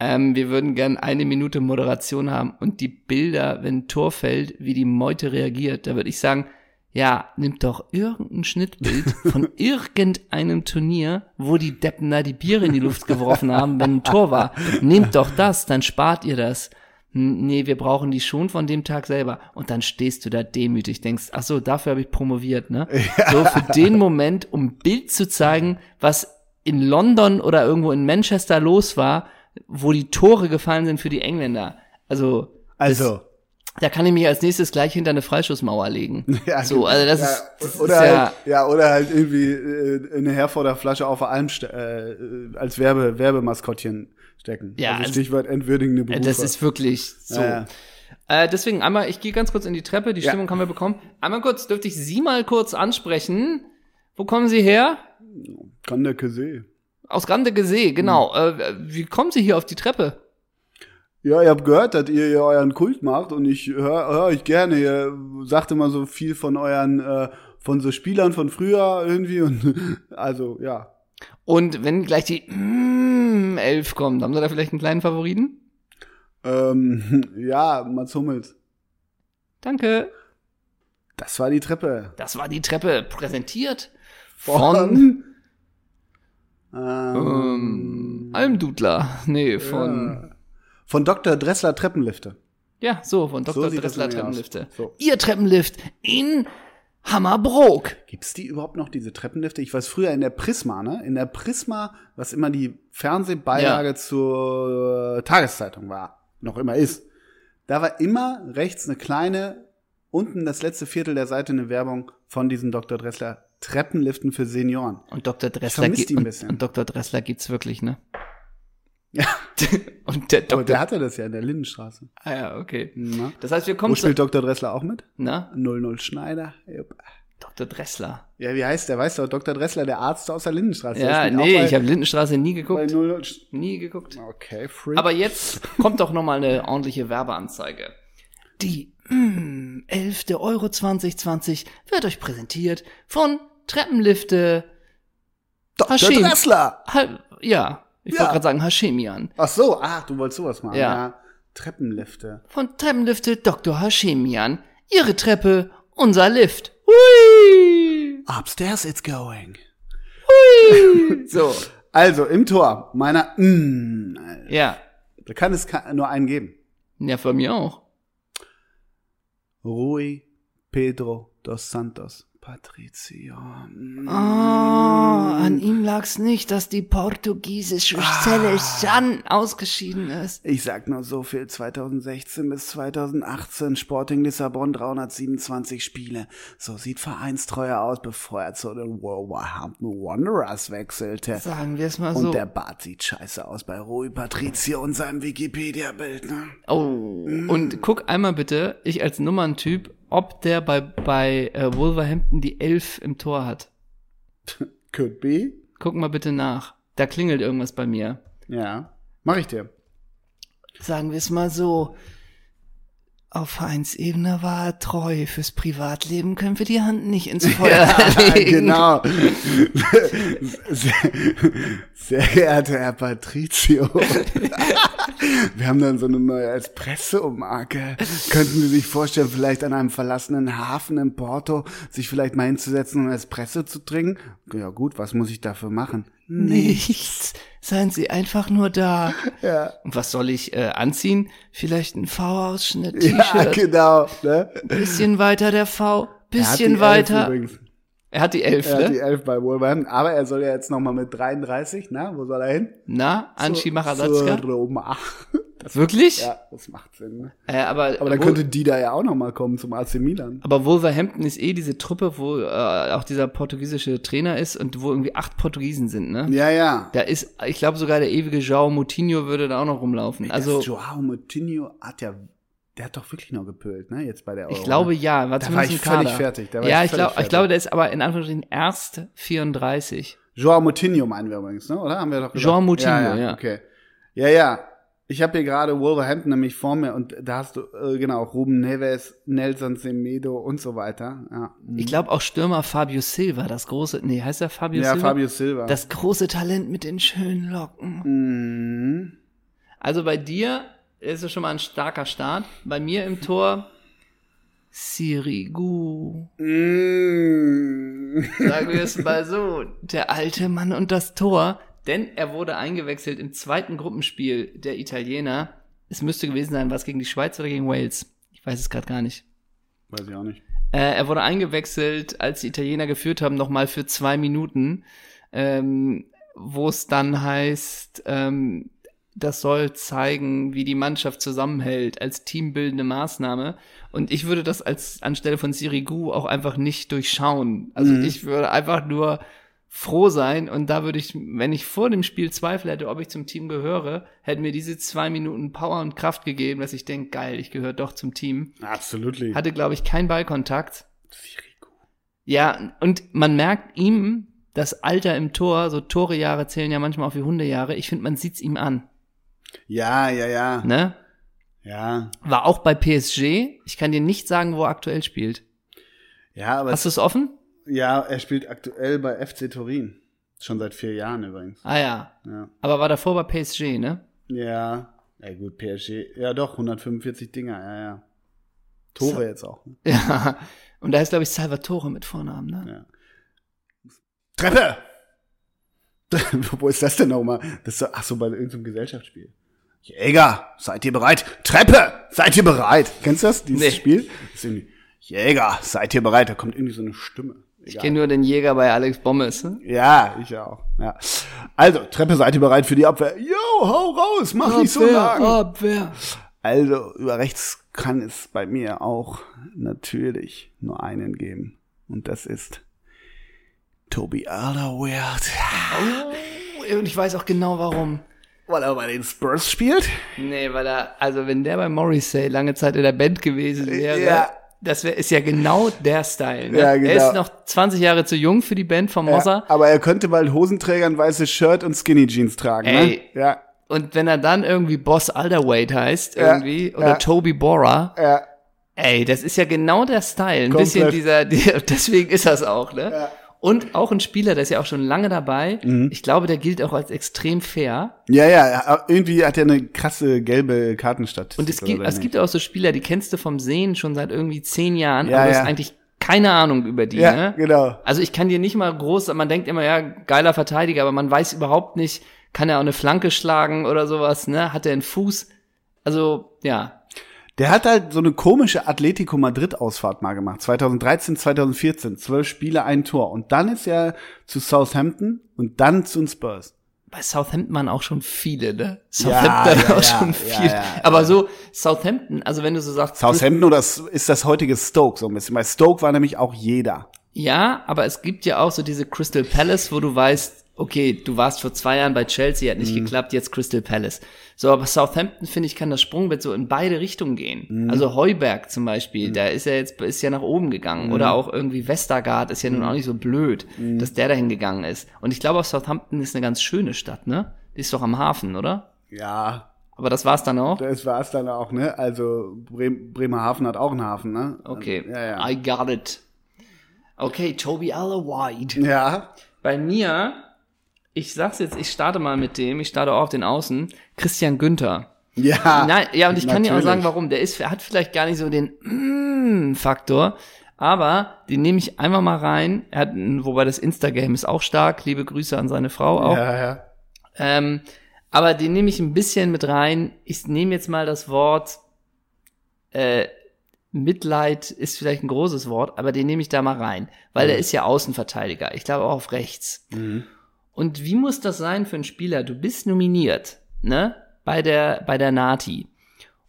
S1: Ähm, wir würden gern eine Minute Moderation haben und die Bilder, wenn ein Tor fällt, wie die Meute reagiert, da würde ich sagen, ja, nimmt doch irgendein Schnittbild von irgendeinem Turnier, wo die Deppen da die Biere in die Luft geworfen haben, wenn ein Tor war. Nehmt doch das, dann spart ihr das. Hm, Nee, wir brauchen die schon von dem Tag selber. Und dann stehst du da demütig, denkst, ach so, dafür habe ich promoviert, ne? So für den Moment, um ein Bild zu zeigen, was in London oder irgendwo in Manchester los war, wo die Tore gefallen sind für die Engländer. Also,
S2: Also,
S1: da kann ich mich als nächstes gleich hinter eine Freischussmauer legen.
S2: Ja,
S1: so, also das
S2: ja,
S1: ist, das
S2: oder
S1: ist
S2: halt,
S1: ja,
S2: ja, oder halt irgendwie äh, eine Herforder Flasche auf der Alm ste äh, als Werbe Werbemaskottchen stecken.
S1: Ja,
S2: also,
S1: also-
S2: Stichwort entwürdigende
S1: Äh,
S2: Berufe.
S1: Das ist wirklich so.
S2: Ja, ja.
S1: Äh, deswegen einmal, ich gehe ganz kurz in die Treppe, die
S2: Ja.
S1: Stimmung haben wir bekommen. Einmal kurz, dürfte ich Sie mal kurz ansprechen. Wo kommen Sie her?
S2: Kann der Kösee.
S1: Aus Grande Gesee, genau.
S2: Hm.
S1: Äh, wie kommt sie hier auf die Treppe?
S2: Ja, ich hab gehört, dass ihr hier euren Kult macht und ich höre hör euch gerne. Ihr sagt immer so viel von euren, äh, von so Spielern von früher irgendwie und also ja.
S1: Und wenn gleich die mm, Elf kommt, haben sie da vielleicht einen kleinen Favoriten?
S2: Ähm, ja, Mats Hummels.
S1: Danke.
S2: Das war die Treppe.
S1: Das war die Treppe, präsentiert von ähm, Almdudler. Nee, von.
S2: Von Dr. Dressler Treppenlifte.
S1: Ja, so, von Dr.
S2: So sieht das
S1: Dressler
S2: nämlich aus.
S1: Treppenlifte.
S2: So.
S1: Ihr Treppenlift in Hammerbrook.
S2: Gibt's die überhaupt noch, diese Treppenlifte? Ich weiß früher in der Prisma, ne? In der Prisma, was immer die Fernsehbeilage zur äh, Tageszeitung war, noch immer ist. Da war immer rechts eine kleine, unten das letzte Viertel der Seite eine Werbung von diesen Dr. Dressler Treppenliften für Senioren.
S1: Und Dr. Dressler,
S2: vermiss
S1: gibt-
S2: die ein
S1: und,
S2: bisschen.
S1: und Dr. Dressler gibt's wirklich, ne?
S2: Ja,
S1: und der
S2: aber der
S1: Dr.
S2: hatte das ja in der Lindenstraße.
S1: Ah ja, okay.
S2: Na?
S1: Das heißt, wir
S2: Wo
S1: kommen zu.
S2: spielt Dr. Dressler auch mit?
S1: Na?
S2: 00 Schneider. Jupp.
S1: Dr. Dressler.
S2: Ja, wie heißt der? Weißt du, Dr. Dressler, der Arzt aus der Lindenstraße. Der
S1: ja,
S2: Also spielt auch
S1: nee,
S2: bei-
S1: ich habe Lindenstraße nie
S2: bei
S1: geguckt.
S2: 00 Sch-
S1: Nie geguckt.
S2: Okay, Freak.
S1: Aber jetzt kommt doch noch mal eine ordentliche Werbeanzeige. Die mm, 11. Euro 2020 wird euch präsentiert von Treppenlifte.
S2: Dr.
S1: Hashim.
S2: Dressler!
S1: Ha ja, ich
S2: Ja.
S1: wollte gerade sagen Hashemian.
S2: Ach so, ach, du wolltest sowas machen.
S1: Ja.
S2: Ja. Treppenlifte.
S1: Von Treppenlifte Dr. Hashemian. Ihre Treppe, unser Lift. Hui!
S2: Upstairs it's going.
S1: So,
S2: Also, im Tor meiner, mm,
S1: ja.
S2: da kann es ka- nur einen geben.
S1: Ja, von mir auch.
S2: Rui Pedro dos Santos Patricio. Mm.
S1: Ah, an ihm lag's nicht, dass die portugiesische
S2: Ah.
S1: Zelle San ausgeschieden ist.
S2: Ich sag nur so viel, 2016 bis 2018 Sporting Lissabon 327 Spiele. So sieht Vereinstreuer aus, bevor er zu den Wolverhampton Wanderers wechselte.
S1: Sagen wir es mal
S2: Und
S1: so.
S2: der Bart sieht scheiße aus bei Rui Patricio und seinem Wikipedia-Bild, ne?
S1: Oh. Und guck einmal bitte, ich als Nummerntyp, ob der bei, bei äh, Wolverhampton die 11 im Tor hat.
S2: Could be.
S1: Guck mal bitte nach. Da klingelt irgendwas bei mir.
S2: Ja. Mach ich dir.
S1: Sagen wir es mal so. Auf Vereinsebene war er treu. Fürs Privatleben können wir die Hand nicht ins Feuer legen.
S2: genau. Sehr, sehr geehrter Herr Patricio. Wir haben dann so eine neue Espresso-Marke. Könnten Sie sich vorstellen, vielleicht an einem verlassenen Hafen in Porto sich vielleicht mal hinzusetzen und Espresso zu trinken? Ja gut, was muss ich dafür machen?
S1: Nichts. Seien Sie einfach nur da.
S2: Ja.
S1: Und was soll ich äh, anziehen? Vielleicht ein V-Ausschnitt,
S2: Ja,
S1: T-Shirt.
S2: genau. Ne?
S1: Bisschen weiter der V,
S2: Er hat die
S1: bisschen
S2: Elf
S1: weiter.
S2: übrigens.
S1: Er hat die Elf,
S2: Er hat die
S1: ne?
S2: 11 bei Wolverhampton, aber er soll ja jetzt nochmal mit 33, na, wo soll er hin?
S1: Na, Anshi Machadatska?
S2: Zur Roma.
S1: Wirklich?
S2: Ja, das macht Sinn. Ne?
S1: Äh, aber,
S2: Aber dann
S1: wo-
S2: könnte Dida ja auch nochmal kommen zum AC Milan.
S1: aber Wolverhampton ist eh diese Truppe, wo äh, auch dieser portugiesische Trainer ist und wo irgendwie acht Portugiesen sind, ne?
S2: Ja, ja.
S1: Da ist, ich glaube sogar der ewige João Moutinho würde da auch noch rumlaufen. Also,
S2: Also, das Joao Moutinho hat ja, der hat doch wirklich noch gepölt, ne, jetzt bei der Euro.
S1: ich glaube
S2: ne?
S1: ja. War
S2: Da
S1: zumindest
S2: war ich
S1: im Kader.
S2: völlig fertig, da war
S1: ja,
S2: ich
S1: ich, glaub-
S2: völlig
S1: ich glaube,
S2: fertig.
S1: der ist aber in Anführungsstrichen erst 34.
S2: Joao Moutinho meinen wir übrigens, ne, oder? Haben wir doch gesagt.
S1: Joao Moutinho,
S2: ja,
S1: ja.
S2: Okay. Ja, ja. Ich habe hier gerade Wolverhampton nämlich vor mir und da hast du, äh, genau, Ruben Neves, Nelson Semedo und so weiter. Ja, Mhm.
S1: Ich glaube auch Stürmer Fabio Silva, das große, nee, heißt er Fabio
S2: ja
S1: Silva?
S2: Fabio Silva.
S1: Das große Talent mit den schönen Locken.
S2: Mhm.
S1: Also bei dir ist es schon mal ein starker Start. Bei mir im Tor Sirigu.
S2: Mm.
S1: Sagen wir es mal so. Der alte Mann und das Tor. Denn er wurde eingewechselt im zweiten Gruppenspiel der Italiener. Es müsste gewesen sein, was gegen die Schweiz oder gegen Wales. Ich weiß es gerade gar nicht.
S2: Weiß ich auch nicht.
S1: Äh, er wurde eingewechselt, als die Italiener geführt haben, nochmal für zwei Minuten, ähm, wo es dann heißt, ähm, das soll zeigen, wie die Mannschaft zusammenhält, als teambildende Maßnahme. Und ich würde das als anstelle von Sirigu auch einfach nicht durchschauen. Also
S2: Mhm.
S1: ich würde einfach nur froh sein und da würde ich, wenn ich vor dem Spiel Zweifel hätte, ob ich zum Team gehöre, hätten mir diese zwei Minuten Power und Kraft gegeben, dass ich denke, geil, ich gehöre doch zum Team.
S2: Absolutely.
S1: Hatte, glaube ich, keinen Ballkontakt. Ja, und man merkt ihm das Alter im Tor, so Torejahre zählen ja manchmal auch wie Hundejahre, ich finde, man sieht's ihm an.
S2: Ja, ja, ja.
S1: Ne?
S2: Ja.
S1: War auch bei PSG. Ich kann dir nicht sagen, wo er aktuell spielt.
S2: Ja, aber
S1: Hast du es offen?
S2: ja, er spielt aktuell bei FC Turin. Schon seit vier Jahren übrigens.
S1: Ah ja.
S2: Ja.
S1: Aber war davor bei PSG, ne?
S2: Ja. Ja, gut, PSG. Ja, doch, 145 Dinger, ja, ja. Tore jetzt auch. Ne?
S1: Ja. Und da ist, glaube ich, Salvatore mit Vornamen, ne?
S2: Ja. Treppe! Wo ist das denn nochmal? Das ist so, ach so, bei irgendeinem Gesellschaftsspiel. Jäger, seid ihr bereit? Treppe, seid ihr bereit? Kennst du das, dieses
S1: Nee.
S2: Spiel? Das ist irgendwie, Jäger, seid ihr bereit? Da kommt irgendwie so eine Stimme.
S1: Ich
S2: Egal.
S1: kenne nur den Jäger bei Alex Bommes. Ne?
S2: Ja, ich auch. Ja. Also, Treppe, seid ihr bereit für die Abwehr? Yo, hau raus, mach nicht so lang.
S1: Abwehr. oh.
S2: Also, über rechts kann es bei mir auch natürlich nur einen geben. Und das ist Toby Alderweireld.
S1: Oh, und ich weiß auch genau warum.
S2: Weil er bei den Spurs spielt.
S1: Nee, weil er, also wenn der bei Morrissey lange Zeit in der Band gewesen wäre,
S2: Äh, Ja.
S1: das wär, ist ja genau der Style. Ne?
S2: Ja,
S1: Er
S2: genau.
S1: ist noch 20 Jahre zu jung für die Band von Mozart.
S2: Ja, aber er könnte bald Hosenträger, ein weißes Shirt und Skinny Jeans tragen.
S1: Ey.
S2: Ne? Ja,
S1: Und wenn er dann irgendwie Boss Alderweight heißt,
S2: Ja,
S1: irgendwie, oder
S2: ja.
S1: Toby Bora,
S2: ja.
S1: ey, das ist ja genau der Style. Ein
S2: Komplett.
S1: bisschen dieser, die, deswegen ist das auch, ne? Und auch ein Spieler, der ist ja auch schon lange dabei.
S2: Mhm.
S1: Ich glaube, der gilt auch als extrem fair.
S2: Ja, ja, irgendwie hat er eine krasse gelbe Kartenstadt.
S1: Und es gibt,
S2: ne?
S1: es gibt auch so Spieler, die kennst du vom Sehen schon seit irgendwie zehn Jahren,
S2: Ja,
S1: aber du
S2: ja.
S1: hast eigentlich keine Ahnung über die,
S2: Ja,
S1: ne?
S2: genau.
S1: Also ich kann dir nicht mal groß, man denkt immer, ja, geiler Verteidiger, aber man weiß überhaupt nicht, kann er auch eine Flanke schlagen oder sowas, ne? Hat er einen Fuß? Also, ja.
S2: Der hat halt so eine komische Atletico Madrid-Ausfahrt mal gemacht. 2013, 2014. Zwölf Spiele, ein Tor. Und dann ist er zu Southampton und dann zu den Spurs.
S1: Bei Southampton waren auch schon viele, ne?
S2: Ja,
S1: Southampton
S2: ja,
S1: auch
S2: ja,
S1: schon
S2: ja,
S1: viel.
S2: ja,
S1: aber so, Southampton, also wenn du so sagst,
S2: Southampton oder s- ist das heutige Stoke so ein bisschen? Weil Stoke war nämlich auch jeder.
S1: Ja, aber es gibt ja auch so diese Crystal Palace, wo du weißt, okay, du warst vor zwei Jahren bei Chelsea, hat nicht
S2: Mhm.
S1: geklappt, jetzt Crystal Palace. So, aber Southampton, finde ich, kann das Sprungbrett so in beide Richtungen gehen.
S2: Mhm.
S1: Also Heuberg zum Beispiel, da ist ja jetzt, ist ja nach oben gegangen.
S2: Mhm.
S1: Oder auch irgendwie Westergaard ist ja nun auch nicht so blöd, dass der dahin gegangen ist. Und ich glaube, auch Southampton ist eine ganz schöne Stadt, ne? Die ist doch am Hafen, oder?
S2: Ja,
S1: Aber das war's dann auch?
S2: das war's dann auch, ne? Also Brem Bremerhaven hat auch einen Hafen, ne?
S1: Okay,
S2: Ja, ja.
S1: I got it. Okay, Toby Alderweireld.
S2: ja.
S1: Bei mir, ich sag's jetzt, ich starte mal mit dem, ich starte auch auf den Außen, Christian Günther.
S2: Ja.
S1: Nein, ja, und ich kann dir auch
S2: Ah, natürlich.
S1: sagen, warum. Der ist, hat vielleicht gar nicht so den mm Faktor, aber den nehme ich einfach mal rein. Er hat, ein- wobei das Instagame ist auch stark. Liebe Grüße an seine Frau auch.
S2: Ja, ja.
S1: Ähm, aber den nehme ich ein bisschen mit rein. Ich nehme jetzt mal das Wort äh, Mitleid ist vielleicht ein großes Wort, aber den nehme ich da mal rein,
S2: Mhm.
S1: weil der ist ja Außenverteidiger. Ich glaube auch auf rechts. Und wie muss das sein für einen Spieler? Du bist nominiert, ne? Bei der bei der Nati.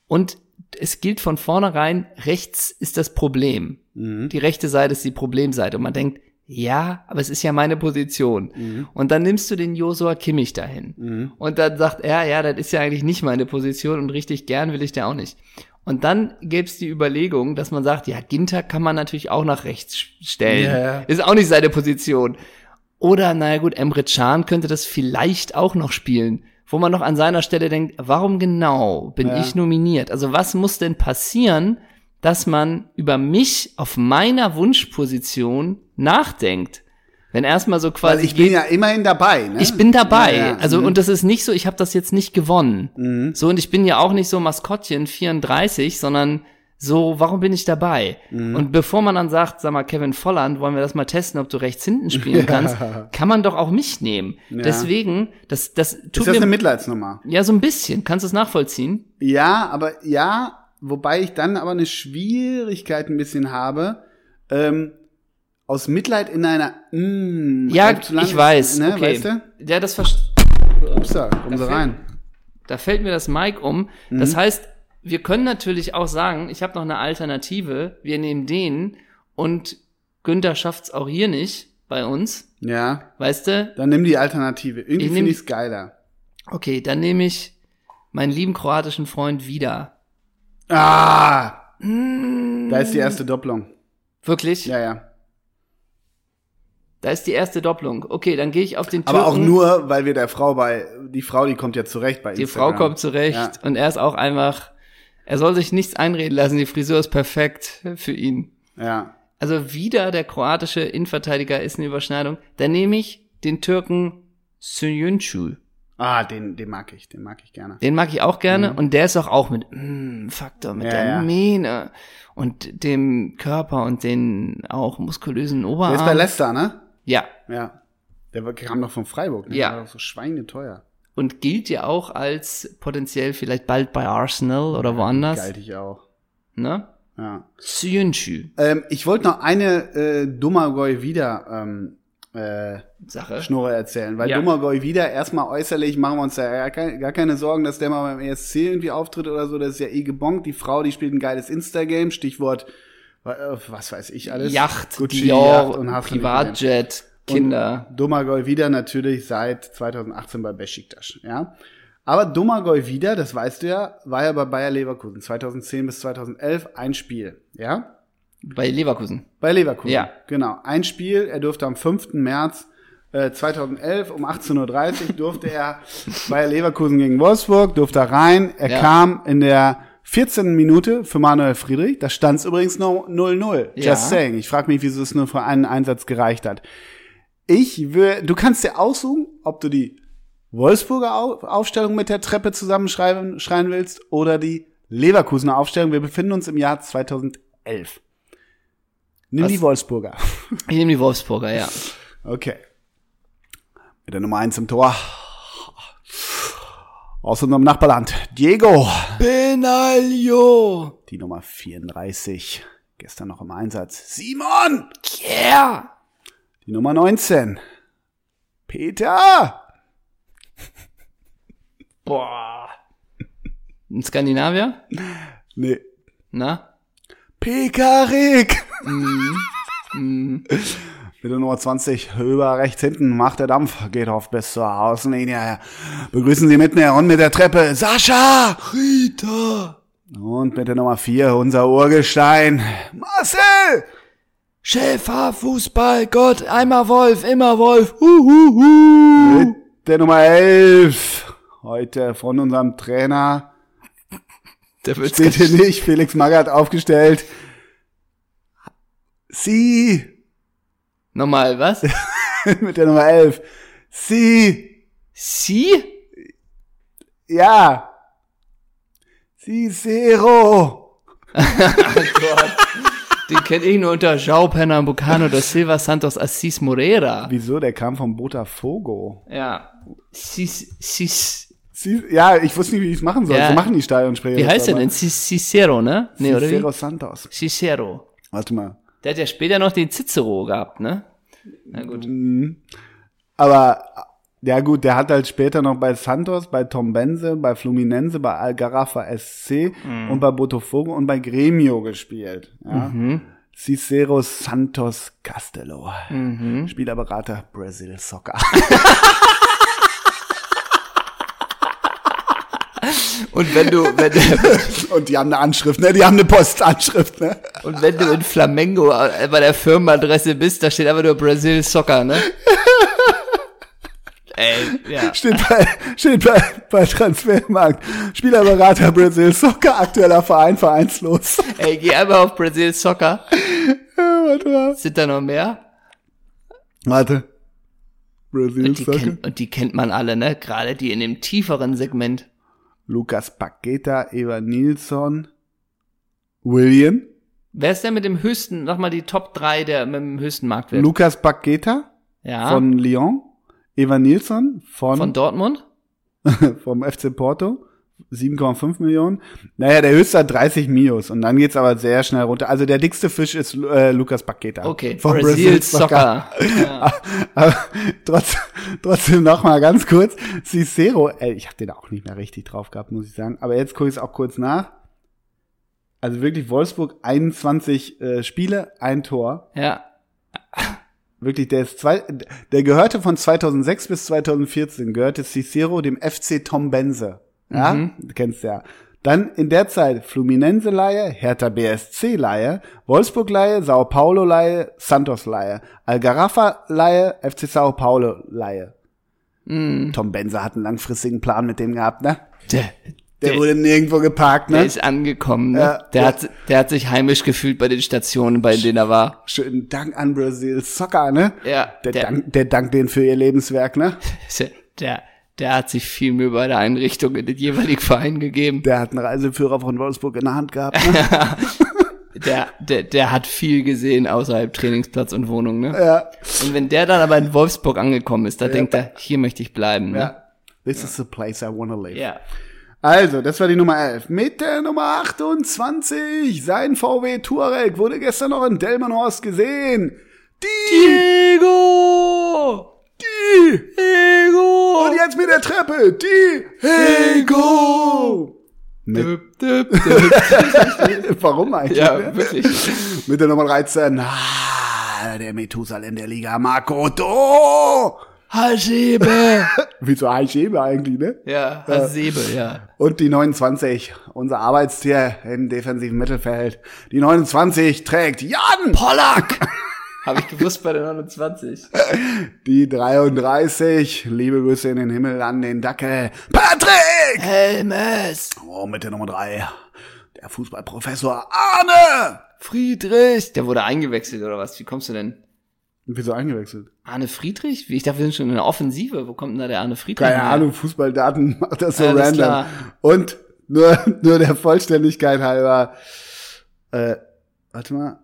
S1: Und es gilt von vornherein, rechts ist das Problem.
S2: Mhm.
S1: Die rechte Seite ist die Problemseite. Und man denkt, ja, aber es ist ja meine Position.
S2: Mhm.
S1: Und dann nimmst du den Josua Kimmich dahin.
S2: Mhm.
S1: Und dann sagt er, ja, das ist ja eigentlich nicht meine Position und richtig gern will ich der auch nicht. Und dann gäbe es die Überlegung, dass man sagt, ja, Ginter kann man natürlich auch nach rechts sch- stellen.
S2: Ja, ja.
S1: Ist auch nicht seine Position. Oder, naja gut, Emre Can könnte das vielleicht auch noch spielen. Wo man noch an seiner Stelle denkt, warum genau bin
S2: Ja.
S1: ich nominiert? Also was muss denn passieren, dass man über mich auf meiner Wunschposition nachdenkt? Wenn erstmal so quasi
S2: Weil ich bin ja immerhin dabei, ne?
S1: ich bin dabei.
S2: Ja, Mhm. ja.
S1: Also, und das ist nicht so, ich habe das jetzt nicht gewonnen. So, und ich bin ja auch nicht so Maskottchen 34, sondern so, warum bin ich dabei?
S2: Mhm.
S1: Und bevor man dann sagt, sag mal, Kevin Volland, wollen wir das mal testen, ob du rechts hinten spielen kannst, kann man doch auch mich nehmen. Deswegen, das, das
S2: Ist
S1: tut
S2: das eine
S1: mir,
S2: Mitleidsnummer?
S1: ja, so ein bisschen. Kannst du es nachvollziehen?
S2: Ja, aber ja, wobei ich dann aber eine Schwierigkeit ein bisschen habe, ähm, aus Mitleid in einer mm,
S1: Ja,
S2: halb zu lang
S1: ich
S2: ist,
S1: weiß.
S2: ne,
S1: okay.
S2: weißt du?
S1: Ja, das verstehe
S2: Ups, da kommen sie
S1: fehlt-
S2: rein.
S1: Da fällt mir das Mic um.
S2: Mhm.
S1: Das heißt, wir können natürlich auch sagen, ich habe noch eine Alternative, wir nehmen den und Günther schafft's auch hier nicht bei uns,
S2: Ja,
S1: weißt du?
S2: dann nimm die Alternative. Irgendwie
S1: Ich nehm-
S2: finde ich's geiler.
S1: Okay, dann nehme ich meinen lieben kroatischen Freund wieder.
S2: Ah!
S1: Mm.
S2: Da ist die erste Doppelung.
S1: Wirklich?
S2: Ja, ja.
S1: Da ist die erste Doppelung. Okay, dann gehe ich auf den Türken.
S2: Aber auch nur, weil wir der Frau bei, die Frau, die kommt ja zurecht bei
S1: Die Frau
S2: Instagram.
S1: kommt zurecht
S2: Ja.
S1: und er ist auch einfach, er soll sich nichts einreden lassen, die Frisur ist perfekt für ihn.
S2: Ja.
S1: Also wieder der kroatische Innenverteidiger ist eine Überschneidung. Dann nehme ich den Türken Sönjünçü.
S2: Ah, den, den mag ich, den mag ich gerne.
S1: Den mag ich auch gerne und der ist doch auch mit mm, Faktor, mit
S2: Mhm. Ja,
S1: der
S2: ja.
S1: Mähne und dem Körper und den auch muskulösen
S2: Der ist bei
S1: Oberarm.
S2: Leicester, ne?
S1: Ja,
S2: Ja. Der war- kam doch von Freiburg, ne?
S1: Ja.
S2: Der war doch so schweineteuer.
S1: und gilt ja auch als potenziell vielleicht bald bei Arsenal oder woanders.
S2: Galt ich auch.
S1: Ne?
S2: Ja.
S1: Sönjünçü.
S2: Ähm, ich wollte noch eine äh, Domagoj wieder ähm, äh,
S1: Sache.
S2: Schnurre erzählen, weil
S1: Ja.
S2: Domagoj wieder erstmal äußerlich machen wir uns da gar keine, gar keine Sorgen, dass der mal beim ESC irgendwie auftritt oder so. Das ist ja eh gebonkt. Die Frau, die spielt ein geiles Insta-Game, Stichwort äh, was weiß ich alles.
S1: Yacht,
S2: Gucci,
S1: Dior,
S2: Yacht und hast du nicht gesehen.
S1: Privatjet, Kinder.
S2: Und Domagoj wieder natürlich seit 2018 bei Besiktas, ja. Aber Domagoj wieder, das weißt du ja, war ja bei Bayer Leverkusen 2010 bis 2011 ein Spiel, ja?
S1: bei Leverkusen.
S2: Bei Leverkusen.
S1: Ja.
S2: Genau, ein Spiel. Er durfte am 5. März äh, 2011 um 18.30 Uhr durfte er Bayer Leverkusen gegen Wolfsburg, durfte er rein. Er
S1: Ja.
S2: kam in der 14. Minute für Manuel Friedrich. Da stand es übrigens noch 0-0. Just
S1: Ja.
S2: saying. Ich frage mich, wieso es nur für einen Einsatz gereicht hat. Ich will, du kannst dir aussuchen, ob du die Wolfsburger Au- Aufstellung mit der Treppe zusammenschreiben schreien willst oder die Leverkusener Aufstellung. Wir befinden uns im Jahr 2011. Nimm
S1: Was?
S2: die Wolfsburger.
S1: Ich nehme die Wolfsburger, ja.
S2: Okay. Mit der Nummer eins im Tor. Aus unserem Nachbarland. Diego.
S1: Benaglio.
S2: Die Nummer 34. Gestern noch im Einsatz. Simon.
S1: Yeah.
S2: Die Nummer 19. Peter.
S1: Boah. Ein Skandinavier?
S2: Nee.
S1: Na?
S2: Pekarik.
S1: Mhm.
S2: Mit der Nummer 20 über rechts hinten macht der Dampf, geht auf bis zur Außenlinie. Begrüßen Sie mitten und mit der Treppe Sascha Rita. Und mit der Nummer 4 unser Urgestein Marcel.
S1: Schäfer, Fußball, Gott, einmal Wolf, immer Wolf. Hu, hu, hu.
S2: Mit der Nummer 11 heute von unserem Trainer
S1: Der wird's
S2: steht hier nicht Felix Magath aufgestellt. Sie
S1: Nochmal, was?
S2: mit der Nummer 11. Sie
S1: Sie?
S2: ja. Sie Zero.
S1: Den kenne ich nur unter Jao Pernambucano oder Silva Santos Assis Moreira.
S2: Wieso? Der kam vom Botafogo.
S1: Ja. Sis, sis,
S2: Sie, ja, ich wusste nicht, wie ich es machen soll.
S1: Ja.
S2: So machen die Stadionsprecher.
S1: Wie
S2: das
S1: heißt der
S2: aber.
S1: denn? Cis- Cicero, ne? Nee, oder
S2: Cicero
S1: wie?
S2: Santos.
S1: Cicero.
S2: Warte mal.
S1: Der hat ja später noch den Cicero gehabt, ne? Na gut.
S2: Mhm. Aber, ja gut, der hat halt später noch bei Santos, bei Tombense, bei Fluminense, bei Algarafa SC und bei Botafogo und bei Gremio gespielt. Ja? Cicero Santos Castelo. Spielerberater Brazil Soccer.
S1: Und wenn du, wenn,
S2: und die haben eine Anschrift, ne? Die haben eine Postanschrift, ne?
S1: und wenn du in Flamengo äh, bei der Firmenadresse bist, da steht einfach nur Brazil Soccer, ne? Ey, ja.
S2: Steht bei, steht bei, bei Transfermarkt. Spielerberater Brazil Soccer, aktueller Verein, vereinslos.
S1: Ey, geh einmal auf Brazil Soccer.
S2: Warte mal.
S1: Sind da noch mehr?
S2: Warte. Brazil
S1: Und die,
S2: Soccer.
S1: kennt, und die kennt man alle, ne? Gerade die in dem tieferen Segment.
S2: Lukas Paqueta, Eva Nilsson, William.
S1: Wer ist denn mit dem höchsten, nochmal die Top 3 der Ah. mit dem höchsten Marktwert?
S2: Lukas Paqueta
S1: ja.
S2: von Lyon, Eva Nilsson von,
S1: von Dortmund?
S2: vom FC Porto. 7,5 Millionen. Naja, der höchste hat 30 Mios und dann geht's aber sehr schnell runter. Also der dickste Fisch ist äh, Lukas Paqueta.
S1: Okay,
S2: Von
S1: Brazil Soccer.
S2: Aber trotz, trotzdem noch mal ganz kurz. Cicero, ey, ich habe den auch nicht mehr richtig drauf gehabt, muss ich sagen. Aber jetzt gucke ich es auch kurz nach. Also wirklich Wolfsburg 21 äh, Spiele, ein Tor.
S1: Ja.
S2: Wirklich, der ist zwei, der gehörte von 2006 bis 2014, gehörte Cicero dem FC Tombense. Ja,
S1: Mhm.
S2: du kennst ja. Dann in der Zeit Fluminense-Laie, Hertha BSC-Laie, Wolfsburg-Laie, Sao Paulo-Laie, Santos-Laie, Algarafa-Laie, FC Sao Paulo-Laie.
S1: Mhm.
S2: Tom Benser hat einen langfristigen Plan mit dem gehabt, ne?
S1: Der,
S2: Der,
S1: Der-
S2: wurde nirgendwo geparkt,
S1: der
S2: ne?
S1: ist angekommen. Ne?
S2: Ja,
S1: der,
S2: ja.
S1: Hat, der hat sich heimisch gefühlt bei den Stationen, bei denen er war.
S2: Schönen Dank an Brasil Soccer, ne?
S1: Ja,
S2: Der,
S1: der-
S2: dankt, der dankt denen für ihr Lebenswerk, ne?
S1: Der, der hat sich viel Mühe bei der Einrichtung in den jeweiligen Verein gegeben.
S2: Der hat einen Reiseführer von Wolfsburg in der Hand gehabt, ne?
S1: Der, der, der hat viel gesehen außerhalb Trainingsplatz und Wohnung, ne?
S2: ja.
S1: Und wenn der dann aber in Wolfsburg angekommen ist, da denkt er, hier möchte ich bleiben, ne?
S2: ja. This is the place I wanna live.
S1: Ja.
S2: Also, das war die Nummer 11. Mit der Nummer 28, sein VW Touareg, wurde gestern noch in Delmenhorst gesehen. Die,
S1: Diego!
S2: die,
S1: Diego!
S2: und jetzt mit der Treppe, die, Hego. Mit,
S1: Düpp, düpp, düpp.
S2: warum eigentlich?
S1: Ja, wirklich.
S2: Mit der Nummer 13, ah, der Methusalem der Liga, Marco Do.
S1: Hasebe!
S2: Wieso Aichebe eigentlich, ne?
S1: Ja, Hasebe, ja.
S2: Und die 29, unser Arbeitstier im defensiven Mittelfeld. Die 29 trägt Jan Pollack.
S1: Habe ich gewusst bei der 29.
S2: Die 33, liebe Grüße in den Himmel an den Dackel. Patrick!
S1: Helmes!
S2: Oh, mit der Nummer 3. Der Fußballprofessor Arne!
S1: Friedrich! Der wurde eingewechselt, oder was? Wie kommst du denn?
S2: Wieso eingewechselt?
S1: Arne Friedrich? Wie, Ich dachte, wir sind schon in der Offensive. Wo kommt denn da der Arne Friedrich?
S2: Keine
S1: her?
S2: Ahnung, Fußballdaten macht das so
S1: Alles
S2: random.
S1: klar.
S2: Und nur, nur der Vollständigkeit halber, äh, warte mal,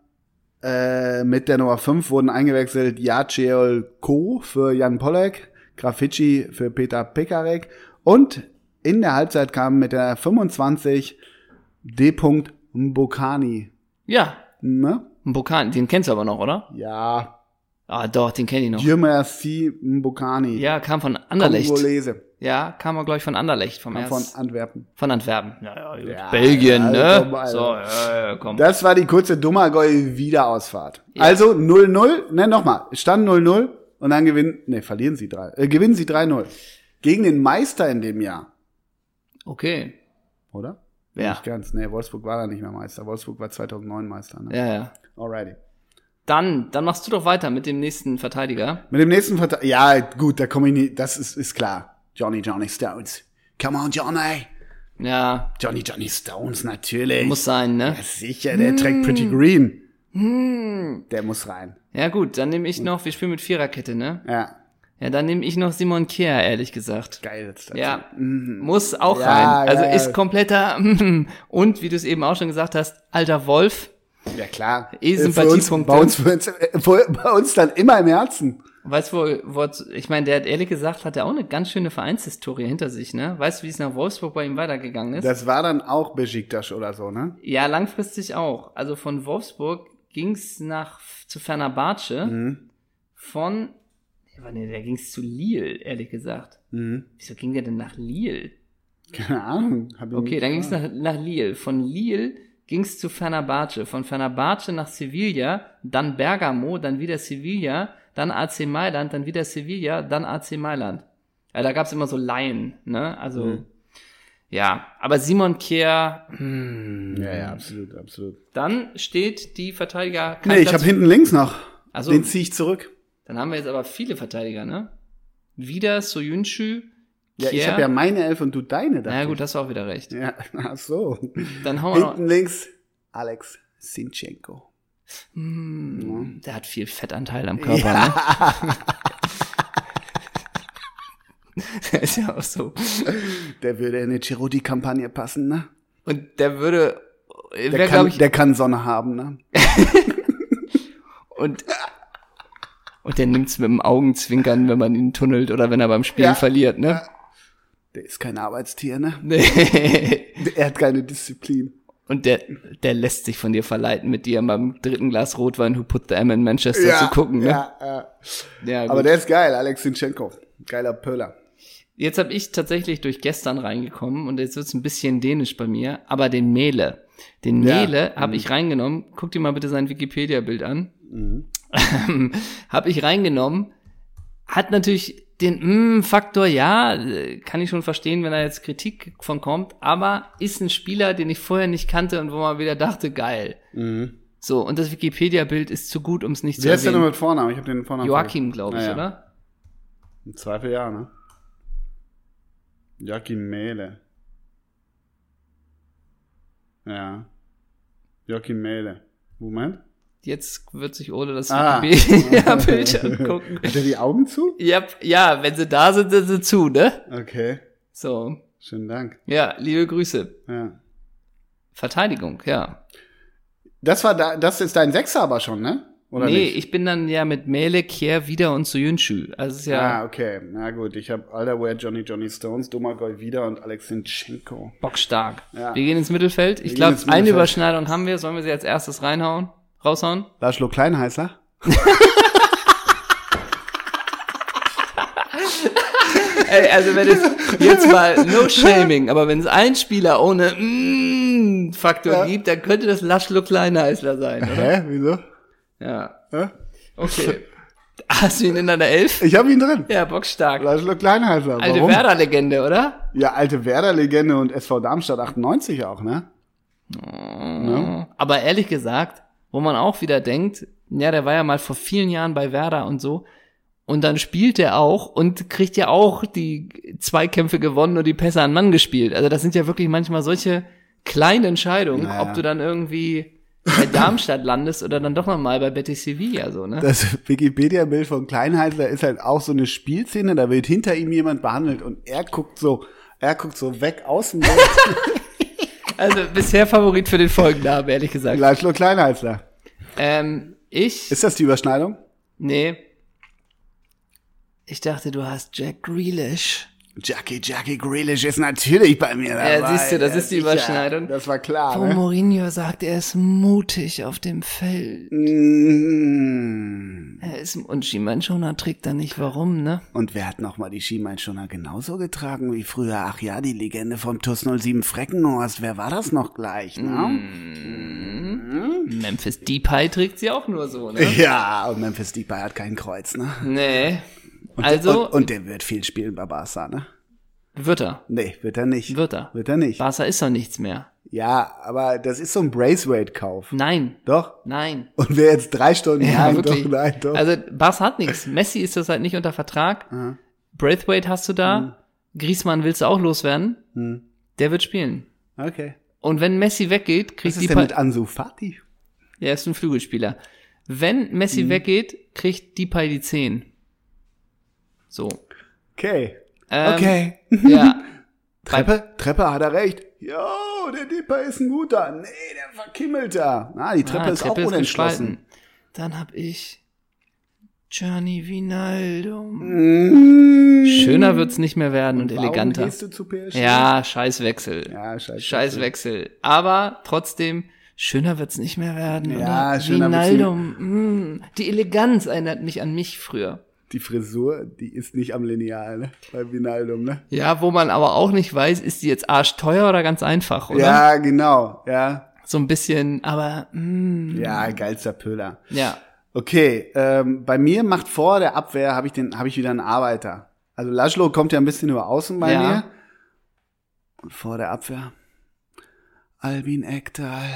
S2: äh, mit der Nummer 5 wurden eingewechselt Jaciel Ko für Jan Polek, Grafici für Peter Pekarek und in der Halbzeit kam mit der 25 D. Mbokani.
S1: Ja,
S2: Ne?
S1: Mbokan, den kennst du aber noch, oder?
S2: Ja,
S1: Ah, doch, den kenn ich noch.
S2: Djumersi Mbokani.
S1: Ja, kam von Anderlecht.
S2: Kongolese,
S1: Ja, kam er, glaube ich, von Anderlecht. Vom
S2: kam
S1: von,
S2: von Antwerpen.
S1: von Antwerpen. Ja, ja, gut.
S2: Ja,
S1: Belgien,
S2: ja,
S1: ne?
S2: komm, Alter.
S1: so, ja, ja, komm.
S2: Das war die kurze Dummagoi-Wiederausfahrt. Also 0-0, ne, nochmal, Stand 0-0 und dann gewinnen, ne, verlieren sie drei, äh, gewinnen sie 3-0. Gegen den Meister in dem Jahr,
S1: Okay.
S2: oder?
S1: Ja.
S2: Nicht ganz, ne, Wolfsburg war da nicht mehr Meister. Wolfsburg war 2009 Meister, ne?
S1: ja, ja.
S2: Alrighty.
S1: Dann, dann machst du doch weiter mit dem nächsten Verteidiger.
S2: Mit dem nächsten Verte ja, gut, da komme ich nicht, das ist, ist klar. Johnny, Johnny Stones. Come on, Johnny.
S1: Ja,
S2: Johnny, Johnny Stones, natürlich.
S1: muss Mm. sein, ne?
S2: Ja, sicher, der trägt Pretty Green.
S1: Hm.
S2: Der muss rein.
S1: Ja gut, dann nehme ich noch, wir spielen mit Viererkette, ne?
S2: Ja,
S1: Ja, dann nehme ich noch Simon Kier, ehrlich gesagt.
S2: geil Mhm. jetzt.
S1: Ja, muss auch
S2: Ja,
S1: rein. Also
S2: ja, ja.
S1: ist kompletter und wie du es eben auch schon gesagt hast, alter Wolf.
S2: Ja klar.
S1: Eh
S2: Äh,
S1: Sympathiepunkte.
S2: für uns, bei, uns, für uns, äh, für, bei uns dann immer im Herzen.
S1: Weißt du, wo, wo, ich meine, der hat ehrlich gesagt, hat er auch eine ganz schöne Vereinshistorie hinter sich, ne? Weißt du, wie es nach Wolfsburg bei ihm weitergegangen ist?
S2: Das war dann auch Besiktas oder so, ne?
S1: ja, langfristig auch. Also von Wolfsburg ging's nach zu Fenerbahce,
S2: Mhm.
S1: von nee, warte, nee, der ging's zu Lille, ehrlich gesagt. Wieso ging der denn nach Lille?
S2: Mhm. Keine Ahnung. Hab ich
S1: Okay,
S2: nicht
S1: dann ging's
S2: gehört.
S1: nach, nach Lille. Von Lille ging's zu Fenerbahce. Von Fenerbahce nach Sevilla, dann Bergamo, dann wieder Sevilla, dann AC Mailand, dann wieder Sevilla, dann AC Mailand. Ja, da gab's immer so Laien, ne? Also,
S2: Mhm.
S1: ja. Aber Simon Kehr, hm.
S2: Ja, ja, absolut, absolut.
S1: Dann steht die Verteidiger...
S2: Nee, ich habe hinten links noch.
S1: Also-
S2: Den ziehe ich zurück.
S1: Dann haben wir jetzt aber viele Verteidiger, ne? Wieder Soyuncu,
S2: Ja,
S1: Kier.
S2: ich habe ja meine Elf und du deine. dachte
S1: Na gut,
S2: ich.
S1: hast du auch wieder recht.
S2: Ja, ach so.
S1: Dann hauen wir noch...
S2: Hinten links Alex Sinchenko.
S1: Hm, Der hat viel Fettanteil am Körper, ne? Der ist ja auch so. ne?
S2: Der würde in eine Chirurgie-Kampagne passen, ne?
S1: Und der würde,
S2: Der
S1: wäre
S2: kann,
S1: glaube ich,
S2: der kann Sonne haben, ne?
S1: und und der nimmt's mit dem Augenzwinkern, wenn man ihn tunnelt oder wenn er beim Spielen
S2: Ja.
S1: verliert, ne?
S2: Der ist kein Arbeitstier, ne?
S1: Nee.
S2: Er hat keine Disziplin.
S1: und der der lässt sich von dir verleiten, mit dir beim dritten Glas Rotwein Who Put the M in Manchester zu gucken, ne?
S2: Ja, ja.
S1: Ja, gut.
S2: Aber der ist geil, Alex Sinchenko. Geiler Pöller.
S1: Jetzt habe ich tatsächlich durch gestern reingekommen und jetzt wird's ein bisschen dänisch bei mir, aber den Mele. Den
S2: Ja. Mhm.
S1: Mele habe ich reingenommen. Guck dir mal bitte sein
S2: Mhm.
S1: Ähm, Wikipedia-Bild an. Hab habe ich reingenommen. Hat natürlich den mm, Faktor, ja, äh, kann ich schon verstehen, wenn da jetzt Kritik von kommt, aber ist ein Spieler, den ich vorher nicht kannte und wo man wieder dachte, geil.
S2: Mhm.
S1: So, und das Wikipedia-Bild ist zu gut, um es nicht zu
S2: Wer ist denn noch
S1: erwähnen.
S2: mit Vornamen? Ich habe den Vornamen.
S1: Joachim, glaube ich,
S2: Ja, ja.
S1: oder?
S2: vergessen. Im Zweifel ja, ne? Joachim Mele. Ja. Joachim Mele. Moment.
S1: Jetzt wird sich Ole das
S2: Ah.
S1: Wikipedia-Bild angucken.
S2: Hat er die Augen zu?
S1: Ja, ja, wenn sie da sind, sind sie zu, ne?
S2: Okay.
S1: So.
S2: Schönen Dank.
S1: Ja, liebe Grüße.
S2: Ja.
S1: Verteidigung, ja.
S2: Das war da, das ist dein Sechser aber schon, ne? Oder
S1: nee,
S2: nicht?
S1: ich bin dann ja mit Mele, Kier, Wieder und Soyuncu. Also es ist ja
S2: Ah, okay. Na gut, ich habe Alderware, Johnny Johnny Stones, Domagoj wieder und Alex Sinchenko.
S1: bockstark.
S2: Ja.
S1: Wir gehen ins Mittelfeld. Ich
S2: gehen
S1: glaube,
S2: ins
S1: eine
S2: Mittelfeld.
S1: Überschneidung haben wir. Sollen wir sie als erstes reinhauen? Raushauen?
S2: Laszlo Kleinheißler?
S1: Ey, also wenn es jetzt mal no shaming, aber wenn es einen Spieler ohne mm Faktor
S2: Ja.
S1: gibt, dann könnte das Laschlo Kleinheißler sein, oder?
S2: Hä? Wieso?
S1: Ja.
S2: Hä?
S1: Okay. Hast du ihn in deiner Elf?
S2: Ich habe ihn drin.
S1: Ja, bockstark.
S2: Laszlo Kleinheißler.
S1: Alte
S2: Warum?
S1: Werder-Legende, oder?
S2: Ja, alte Werder-Legende und SV Darmstadt 98 auch, ne? Ne?
S1: Aber ehrlich gesagt, wo man auch wieder denkt, ja, der war ja mal vor vielen Jahren bei Werder und so. Und dann spielt er auch und kriegt ja auch die Zweikämpfe gewonnen und die Pässe an Mann gespielt. Also das sind ja wirklich manchmal solche kleinen Entscheidungen,
S2: Naja.
S1: ob du dann irgendwie bei Darmstadt landest oder dann doch nochmal bei Betis Sevilla, so, ne?
S2: Das Wikipedia-Bild von Kleinheißler ist halt auch so eine Spielszene, da wird hinter ihm jemand behandelt und er guckt so, er guckt so weg außen.
S1: Also bisher Favorit für den Folgennamen, ehrlich gesagt.
S2: Laszlo Kleinheißler.
S1: Ähm, ich,
S2: Ist das die Überschneidung?
S1: nee. Ich dachte, du hast Jack Grealish.
S2: Jackie Jackie Grealish ist natürlich bei mir dabei.
S1: siehst du, das ist die
S2: sicher.
S1: Überschneidung.
S2: Das war klar,
S1: Wo
S2: ne?
S1: Oh, Mourinho sagt, er ist mutig auf dem Feld.
S2: Mm.
S1: Er ist, und Schimanschona trägt da nicht warum, ne?
S2: Und wer hat nochmal die Schienbeinschoner genauso getragen wie früher? Ach ja, die Legende vom TUS 07 Freckenhorst. Wer war das noch gleich,
S1: Mm.
S2: ne?
S1: Memphis Depay trägt sie auch nur so, ne?
S2: Ja, und Memphis Depay hat kein Kreuz, ne?
S1: Nee. Also,
S2: Und, und der wird viel spielen bei Barca, ne?
S1: wird er.
S2: Nee, wird er nicht.
S1: Wird er.
S2: Wird er nicht.
S1: Barca ist doch nichts mehr.
S2: Ja, aber das ist so ein Braithwaite-Kauf.
S1: Nein.
S2: Doch.
S1: Nein.
S2: Und wer jetzt drei Stunden,
S1: Ja,
S2: nein,
S1: wirklich.
S2: doch, nein, doch.
S1: Also, Barca hat nichts. Messi ist das halt nicht unter Vertrag. Braithwaite hast du da. Griezmann willst du auch loswerden. Der wird spielen.
S2: okay.
S1: Und wenn Messi weggeht,
S2: Was
S1: kriegt
S2: ist denn
S1: Depay
S2: mit Ansu Fati?
S1: Er ist ein Flügelspieler. Wenn
S2: Mhm.
S1: Messi weggeht, kriegt Depay die 10. So.
S2: Okay.
S1: Ähm,
S2: okay.
S1: Ja.
S2: Treppe? Treppe hat er recht. Jo, der Dipper ist ein guter. Nee, der verkimmelt da. Ah, die Treppe
S1: Ah,
S2: ist
S1: Treppe
S2: auch unentschlossen.
S1: gespalten. Dann hab ich Gianni
S2: Mhm.
S1: Vinaldo. Schöner wird's nicht mehr werden und,
S2: Warum
S1: eleganter.
S2: gehst du zu PSG?
S1: Ja, Scheißwechsel.
S2: Ja, scheiß
S1: Scheißwechsel. Aber trotzdem, schöner wird's nicht mehr werden.
S2: Ja,
S1: oder?
S2: schöner wird's
S1: Vinaldo. mm, die Eleganz erinnert mich an mich früher.
S2: Die Frisur, die ist nicht am Lineal, ne? Bei Vinaldum, ne?
S1: Ja, wo man aber auch nicht weiß, ist die jetzt arschteuer oder ganz einfach, oder?
S2: Ja, genau. Ja.
S1: so ein bisschen, aber mm,
S2: Ja, geilster Pöhler.
S1: ja.
S2: Okay, ähm, bei mir macht vor der Abwehr habe ich den habe ich wieder einen Arbeiter. Also Laszlo kommt ja ein bisschen über außen bei
S1: Ja.
S2: mir. Und vor der Abwehr Albin Ekdal.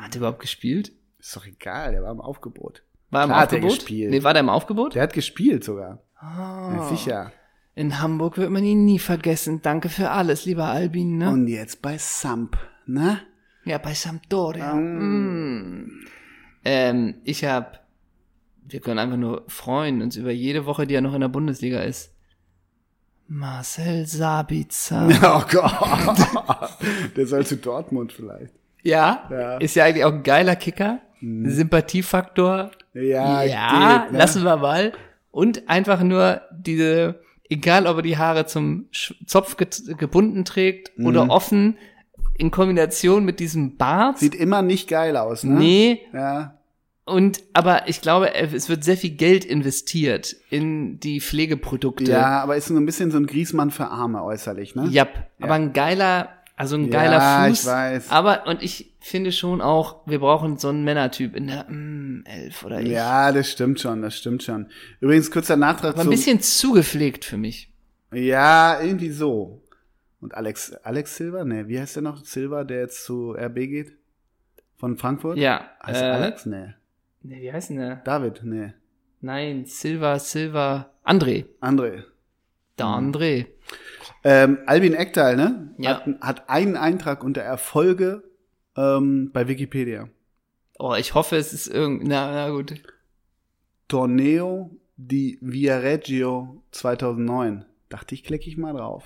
S1: Hat er überhaupt gespielt?
S2: Ist doch egal, der war im Aufgebot.
S1: War er im
S2: Klar hat er
S1: Aufgebot?
S2: gespielt.
S1: Nee, war der im Aufgebot?
S2: Der hat gespielt sogar. Ja,
S1: Ah.
S2: sicher.
S1: In Hamburg wird man ihn nie vergessen. Danke für alles, lieber Albin, ne?
S2: Und jetzt bei Samp, ne?
S1: ja, bei Sampdoria.
S2: Ah.
S1: Mm. Ähm, ich hab, wir können einfach nur freuen uns über jede Woche, die er noch in der Bundesliga ist. Marcel Sabitzer.
S2: Oh Gott. der soll zu Dortmund vielleicht.
S1: ja?
S2: Ja. Mhm.
S1: Ist ja eigentlich auch ein geiler Kicker. Sympathiefaktor,
S2: Ja,
S1: Ja,
S2: geht, ne?
S1: lassen wir mal. Und einfach nur diese, egal ob er die Haare zum Sch- Zopf ge gebunden trägt
S2: Mhm.
S1: oder offen, in Kombination mit diesem Bart.
S2: Sieht immer nicht geil aus, ne?
S1: nee,
S2: Ja.
S1: und aber ich glaube, es wird sehr viel Geld investiert in die Pflegeprodukte.
S2: ja, aber ist so ein bisschen so ein Griesmann für Arme äußerlich, ne?
S1: Japp. Aber ein geiler Also ein geiler
S2: Ja, ich
S1: Fuß.
S2: weiß.
S1: Aber, und ich finde schon auch, wir brauchen so einen Männertyp in der mm, Elf oder ich.
S2: Ja, das stimmt schon, das stimmt schon. Übrigens, kurzer Nachtrag
S1: War ein
S2: zum,
S1: bisschen zugepflegt für mich.
S2: Ja, irgendwie so. Und Alex, Alex Silva? Ne, wie heißt der noch? Silva, der jetzt zu RB geht? Von Frankfurt?
S1: Ja. äh,
S2: Heißt er Alex? Ne.
S1: Nee, wie heißt denn der?
S2: David? Ne.
S1: Nein, Silva, Silva, André.
S2: André.
S1: Der
S2: Mhm.
S1: André.
S2: Ähm, Albin Ekdal, ne?
S1: Ja.
S2: Hat, hat einen Eintrag unter Erfolge ähm, bei Wikipedia.
S1: Oh, ich hoffe, es ist irgend, na, na gut.
S2: Torneo di Viareggio 2009. Dachte ich, klicke ich mal drauf.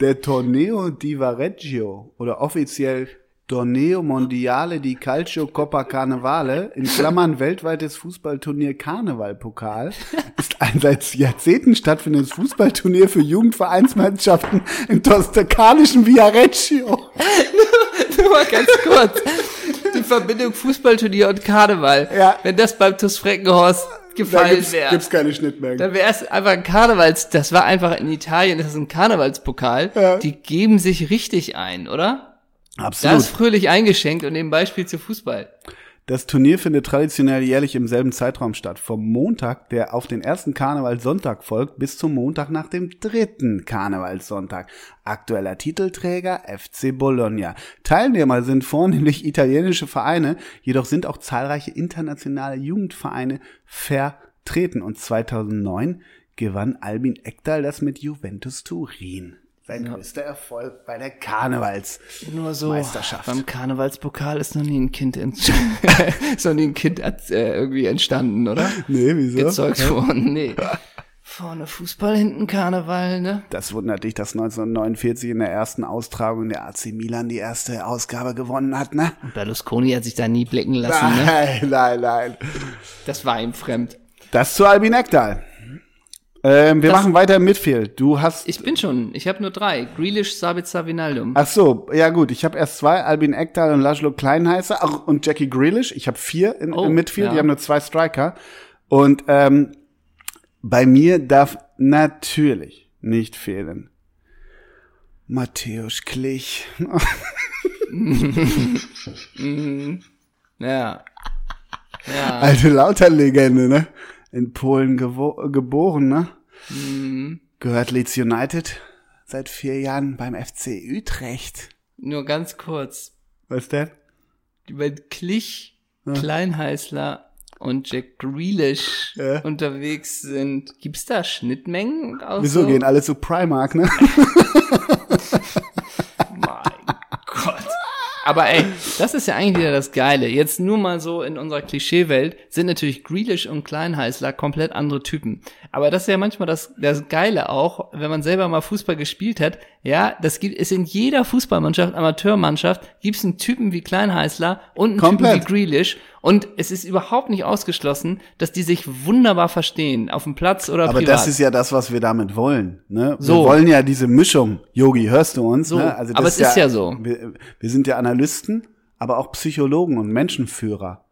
S2: Der Torneo di Viareggio oder offiziell Torneo Mondiale di Calcio Coppa Carnevale, in Klammern weltweites Fußballturnier Karnevalpokal, ist ein seit Jahrzehnten stattfindendes Fußballturnier für Jugendvereinsmannschaften im toskanischen Viareggio.
S1: Nur mal ganz kurz. Die Verbindung Fußballturnier und Karneval.
S2: Ja.
S1: Wenn das beim TuS Freckenhorst
S2: Da
S1: gefallen
S2: gibt's,
S1: wäre.
S2: gibt's keine Schnittmengen.
S1: Dann wäre es einfach ein Karnevals, das war einfach in Italien, das ist ein Karnevalspokal.
S2: Ja.
S1: Die geben sich richtig ein, oder? Da ist
S2: Absolut.
S1: fröhlich eingeschenkt und nebenbei spielt zu Fußball.
S2: Das Turnier findet traditionell jährlich im selben Zeitraum statt. Vom Montag, der auf den ersten Karnevalssonntag folgt, bis zum Montag nach dem dritten Karnevalssonntag. Aktueller Titelträger FC Bologna. Teilnehmer sind vornehmlich italienische Vereine, jedoch sind auch zahlreiche internationale Jugendvereine vertreten. Und 2009 gewann Albin Ekdal das mit Juventus Turin. Sein größter Erfolg bei der Karnevals.
S1: Nur so
S2: Meisterschaft.
S1: beim Karnevalspokal ist noch nie ein Kind ents ist noch nie ein Kind äh, irgendwie entstanden, oder?
S2: Nee, wieso?
S1: Gezeugt worden, nee. Vorne Fußball, hinten Karneval, ne?
S2: Das wundert dich, dass 1949 in der ersten Austragung der AC Milan die erste Ausgabe gewonnen hat, ne?
S1: Und Berlusconi hat sich da nie blicken lassen, ne?
S2: Nein, nein, nein.
S1: Das war ihm fremd.
S2: Das zu Albin Ekdal. Ähm, wir
S1: Das-
S2: machen weiter im Midfield. Du hast.
S1: Ich bin schon, ich habe nur drei. Grealish, Sabitzer, Vinaldum.
S2: Ach so, ja gut, ich habe erst zwei, Albin Ekdal und Laszlo Kleinheißer ach, und Jackie Grealish. Ich habe vier in,
S1: Oh,
S2: im Midfield,
S1: ja.
S2: die haben nur zwei Striker. Und ähm, bei mir darf natürlich nicht fehlen Matthäus Klich.
S1: Ja.
S2: Alte Lauterlegende, ne? In Polen gewo geboren, ne?
S1: Mhm.
S2: Gehört Leeds United seit vier Jahren beim FC Utrecht.
S1: Nur ganz kurz.
S2: Was denn?
S1: Über Klich, Kleinheißler und Jack Grealish
S2: Ja.
S1: unterwegs sind. Gibt's da Schnittmengen? Aus
S2: Wieso gehen alle zu Primark, ne?
S1: Mein Gott. Aber ey, das ist ja eigentlich wieder das Geile. Jetzt nur mal so in unserer Klischeewelt sind natürlich Grealish und Kleinheißler komplett andere Typen. Aber das ist ja manchmal das, das Geile auch, wenn man selber mal Fußball gespielt hat. Ja, das gibt es in jeder Fußballmannschaft, Amateurmannschaft, gibt es einen Typen wie Kleinheißler und einen
S2: Komplett.
S1: Typen wie Grealish. Und es ist überhaupt nicht ausgeschlossen, dass die sich wunderbar verstehen, auf dem Platz oder
S2: Aber
S1: privat.
S2: das ist ja das, was wir damit wollen, ne?
S1: So.
S2: Wir wollen ja diese Mischung. Yogi, hörst du uns?
S1: So,
S2: Ne? das
S1: aber es ist ja so.
S2: Wir, wir sind ja Analysten, aber auch Psychologen und Menschenführer.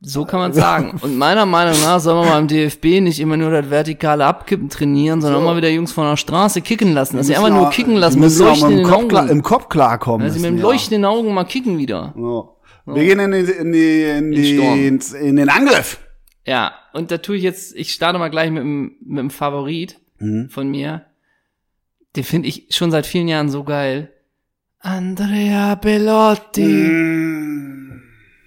S1: So kann man sagen. Und meiner Meinung nach soll man beim DFB nicht immer nur das vertikale Abkippen trainieren, sondern auch mal wieder Jungs von der Straße kicken lassen. Dass sie
S2: Wir
S1: einfach
S2: müssen
S1: nur
S2: auch-
S1: kicken
S2: wir
S1: lassen, mit
S2: müssen auch mit dem
S1: leuchtenden
S2: Kopf, klar,
S1: Augen.
S2: im Kopf klarkommen.
S1: Dass sie mit dem
S2: müssen, ja.
S1: leuchtenden Augen mal kicken wieder.
S2: So. Wir gehen in, die, in, die, in,
S1: den Sturm.
S2: die, ins- in den Angriff.
S1: Ja, und da tue ich jetzt, ich starte mal gleich mit dem, mit dem Favorit
S2: Mhm.
S1: von mir. Den finde ich schon seit vielen Jahren so geil. Andrea Bellotti.
S2: Mm.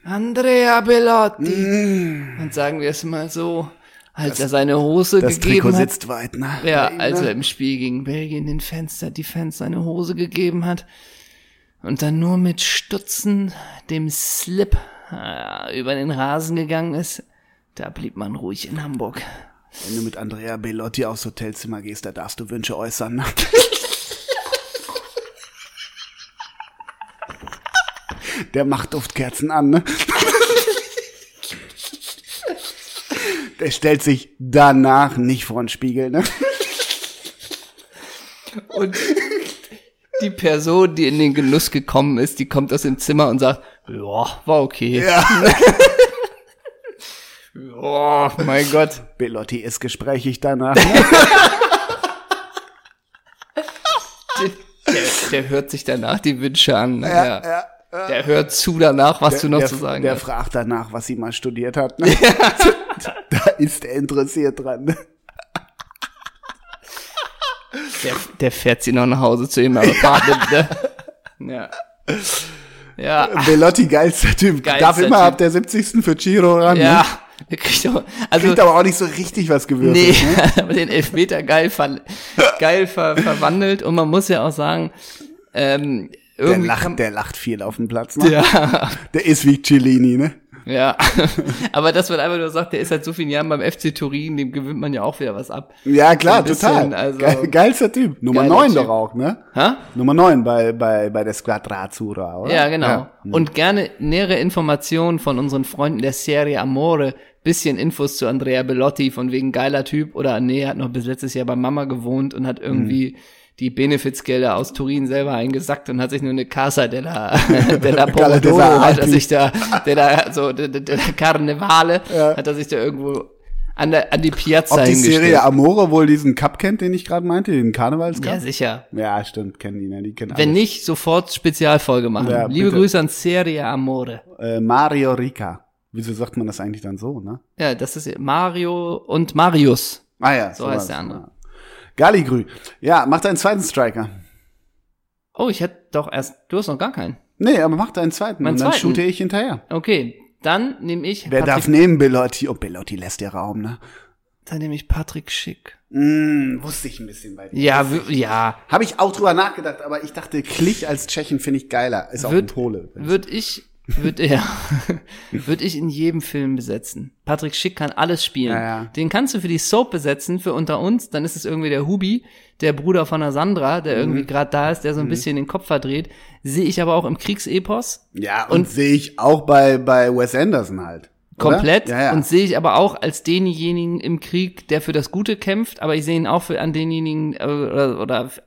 S1: Andrea Bellotti.
S2: Mhm.
S1: Und sagen wir es mal so, als er seine Hose
S2: Das
S1: gegeben
S2: Trikot
S1: hat,
S2: sitzt weit, ne?
S1: Ja, also-
S2: Bei ihm,
S1: als er
S2: ne?
S1: im Spiel gegen Belgien den Fenster, die Fans seine Hose gegeben hat und dann nur mit Stutzen dem Slip äh, über den Rasen gegangen ist, da blieb man ruhig in Hamburg.
S2: Wenn du mit Andrea Bellotti aufs Hotelzimmer gehst, da darfst du Wünsche äußern. ne? Der macht Duftkerzen an, ne? Der stellt sich danach nicht vor den Spiegel, ne?
S1: Und die Person, die in den Genuss gekommen ist, die kommt aus dem Zimmer und sagt, ja, war okay.
S2: Ja.
S1: Oh, mein Gott.
S2: Bellotti ist gesprächig danach. Ne?
S1: Den, Der, der hört sich danach die Wünsche an.
S2: Ja,
S1: Ja,
S2: ja. ja.
S1: Der hört zu danach, was du noch
S2: der,
S1: zu sagen ne?
S2: Der
S1: hast.
S2: fragt danach, was sie mal studiert hat. Ne? da ist er interessiert dran. ne?
S1: Der, der fährt sie noch nach Hause zu ihm, aber ja. Ne? ja. Ja.
S2: Velotti, geilster Typ.
S1: Geilster
S2: Darf immer
S1: Typ.
S2: ab der 70. für Chiro ran.
S1: Ja.
S2: Ne?
S1: Der kriegt aber, also,
S2: Kriegt aber auch nicht so richtig was gewürfelt. ne?
S1: nee, aber den Elfmeter geil, ver, geil ver, verwandelt. Und man muss ja auch sagen, ähm,
S2: Der
S1: irgendwie
S2: lacht,
S1: kann-
S2: der lacht viel auf dem Platz. Ne?
S1: ja,
S2: Der ist wie Cellini, ne?
S1: ja. Aber dass man einfach nur sagt, der ist seit so vielen Jahren beim FC Turin, dem gewinnt man ja auch wieder was ab.
S2: Ja, klar,
S1: Ein bisschen,
S2: total.
S1: also-
S2: Geil, geilster Typ. Nummer
S1: Geiler
S2: neun
S1: Typ.
S2: doch auch, ne?
S1: Ha?
S2: Nummer neun bei, bei, bei der Squadra Azzurra, oder?
S1: Ja, genau. Und gerne nähere Informationen von unseren Freunden der Serie Amore. Bisschen Infos zu Andrea Bellotti, von wegen geiler Typ. Oder nee, hat noch bis letztes Jahr bei Mama gewohnt und hat irgendwie
S2: Mhm.
S1: die Benefizgelder aus Turin selber eingesackt und hat sich nur eine Casa della, della
S2: Casa della
S1: Pomodoro, hat er
S2: Alpi.
S1: sich da, della, so, della, della Carnevale, hat er sich da irgendwo an, der, an die Piazza
S2: Ob die
S1: hingestellt.
S2: Serie Amore wohl diesen Cup kennt, den ich gerade meinte, den
S1: ja,
S2: Karnevalscup?
S1: sicher.
S2: Ja, stimmt, kennen die, ne? Die kennen
S1: Wenn
S2: alle.
S1: nicht, sofort Spezialfolge machen.
S2: Ja,
S1: Liebe
S2: bitte.
S1: Grüße an Serie Amore.
S2: Äh, Mario Rica. Wieso sagt man das eigentlich dann so, ne?
S1: Ja, das ist Mario und Marius.
S2: Ah ja,
S1: So
S2: war
S1: heißt
S2: das.
S1: der andere.
S2: Galigrü. Ja, macht einen zweiten Striker.
S1: Oh, ich hätte doch erst, du hast noch gar keinen.
S2: Nee, aber macht einen zweiten.
S1: Meinen
S2: und dann
S1: zweiten?
S2: shoote ich hinterher.
S1: Okay, dann nehme ich,
S2: Wer darf
S1: Patrick,
S2: nehmen, Bellotti? Oh, Bellotti lässt dir Raum, ne?
S1: dann nehme ich Patrick Schick.
S2: Mm, wusste ich ein bisschen bei dir.
S1: Ja, w- ja,
S2: Habe ich auch drüber nachgedacht, aber ich dachte, Klich als Tschechen finde ich geiler. Ist auch
S1: Wird-
S2: ein Pole.
S1: würde ich, würde ja, würde ich in jedem Film besetzen. Patrick Schick kann alles spielen.
S2: Ja, ja.
S1: Den kannst du für die Soap besetzen, für unter uns, dann ist es irgendwie der Hubi, der Bruder von der Sandra, der
S2: Mhm.
S1: irgendwie gerade da ist, der so ein bisschen den Kopf verdreht. Sehe ich aber auch im Kriegsepos.
S2: Ja, und, sehe ich auch bei, bei Wes Anderson halt. oder?
S1: Komplett.
S2: Ja, ja.
S1: Und sehe ich aber auch als denjenigen im Krieg, der für das Gute kämpft, aber ich sehe ihn auch für, an denjenigen äh, oder, oder f-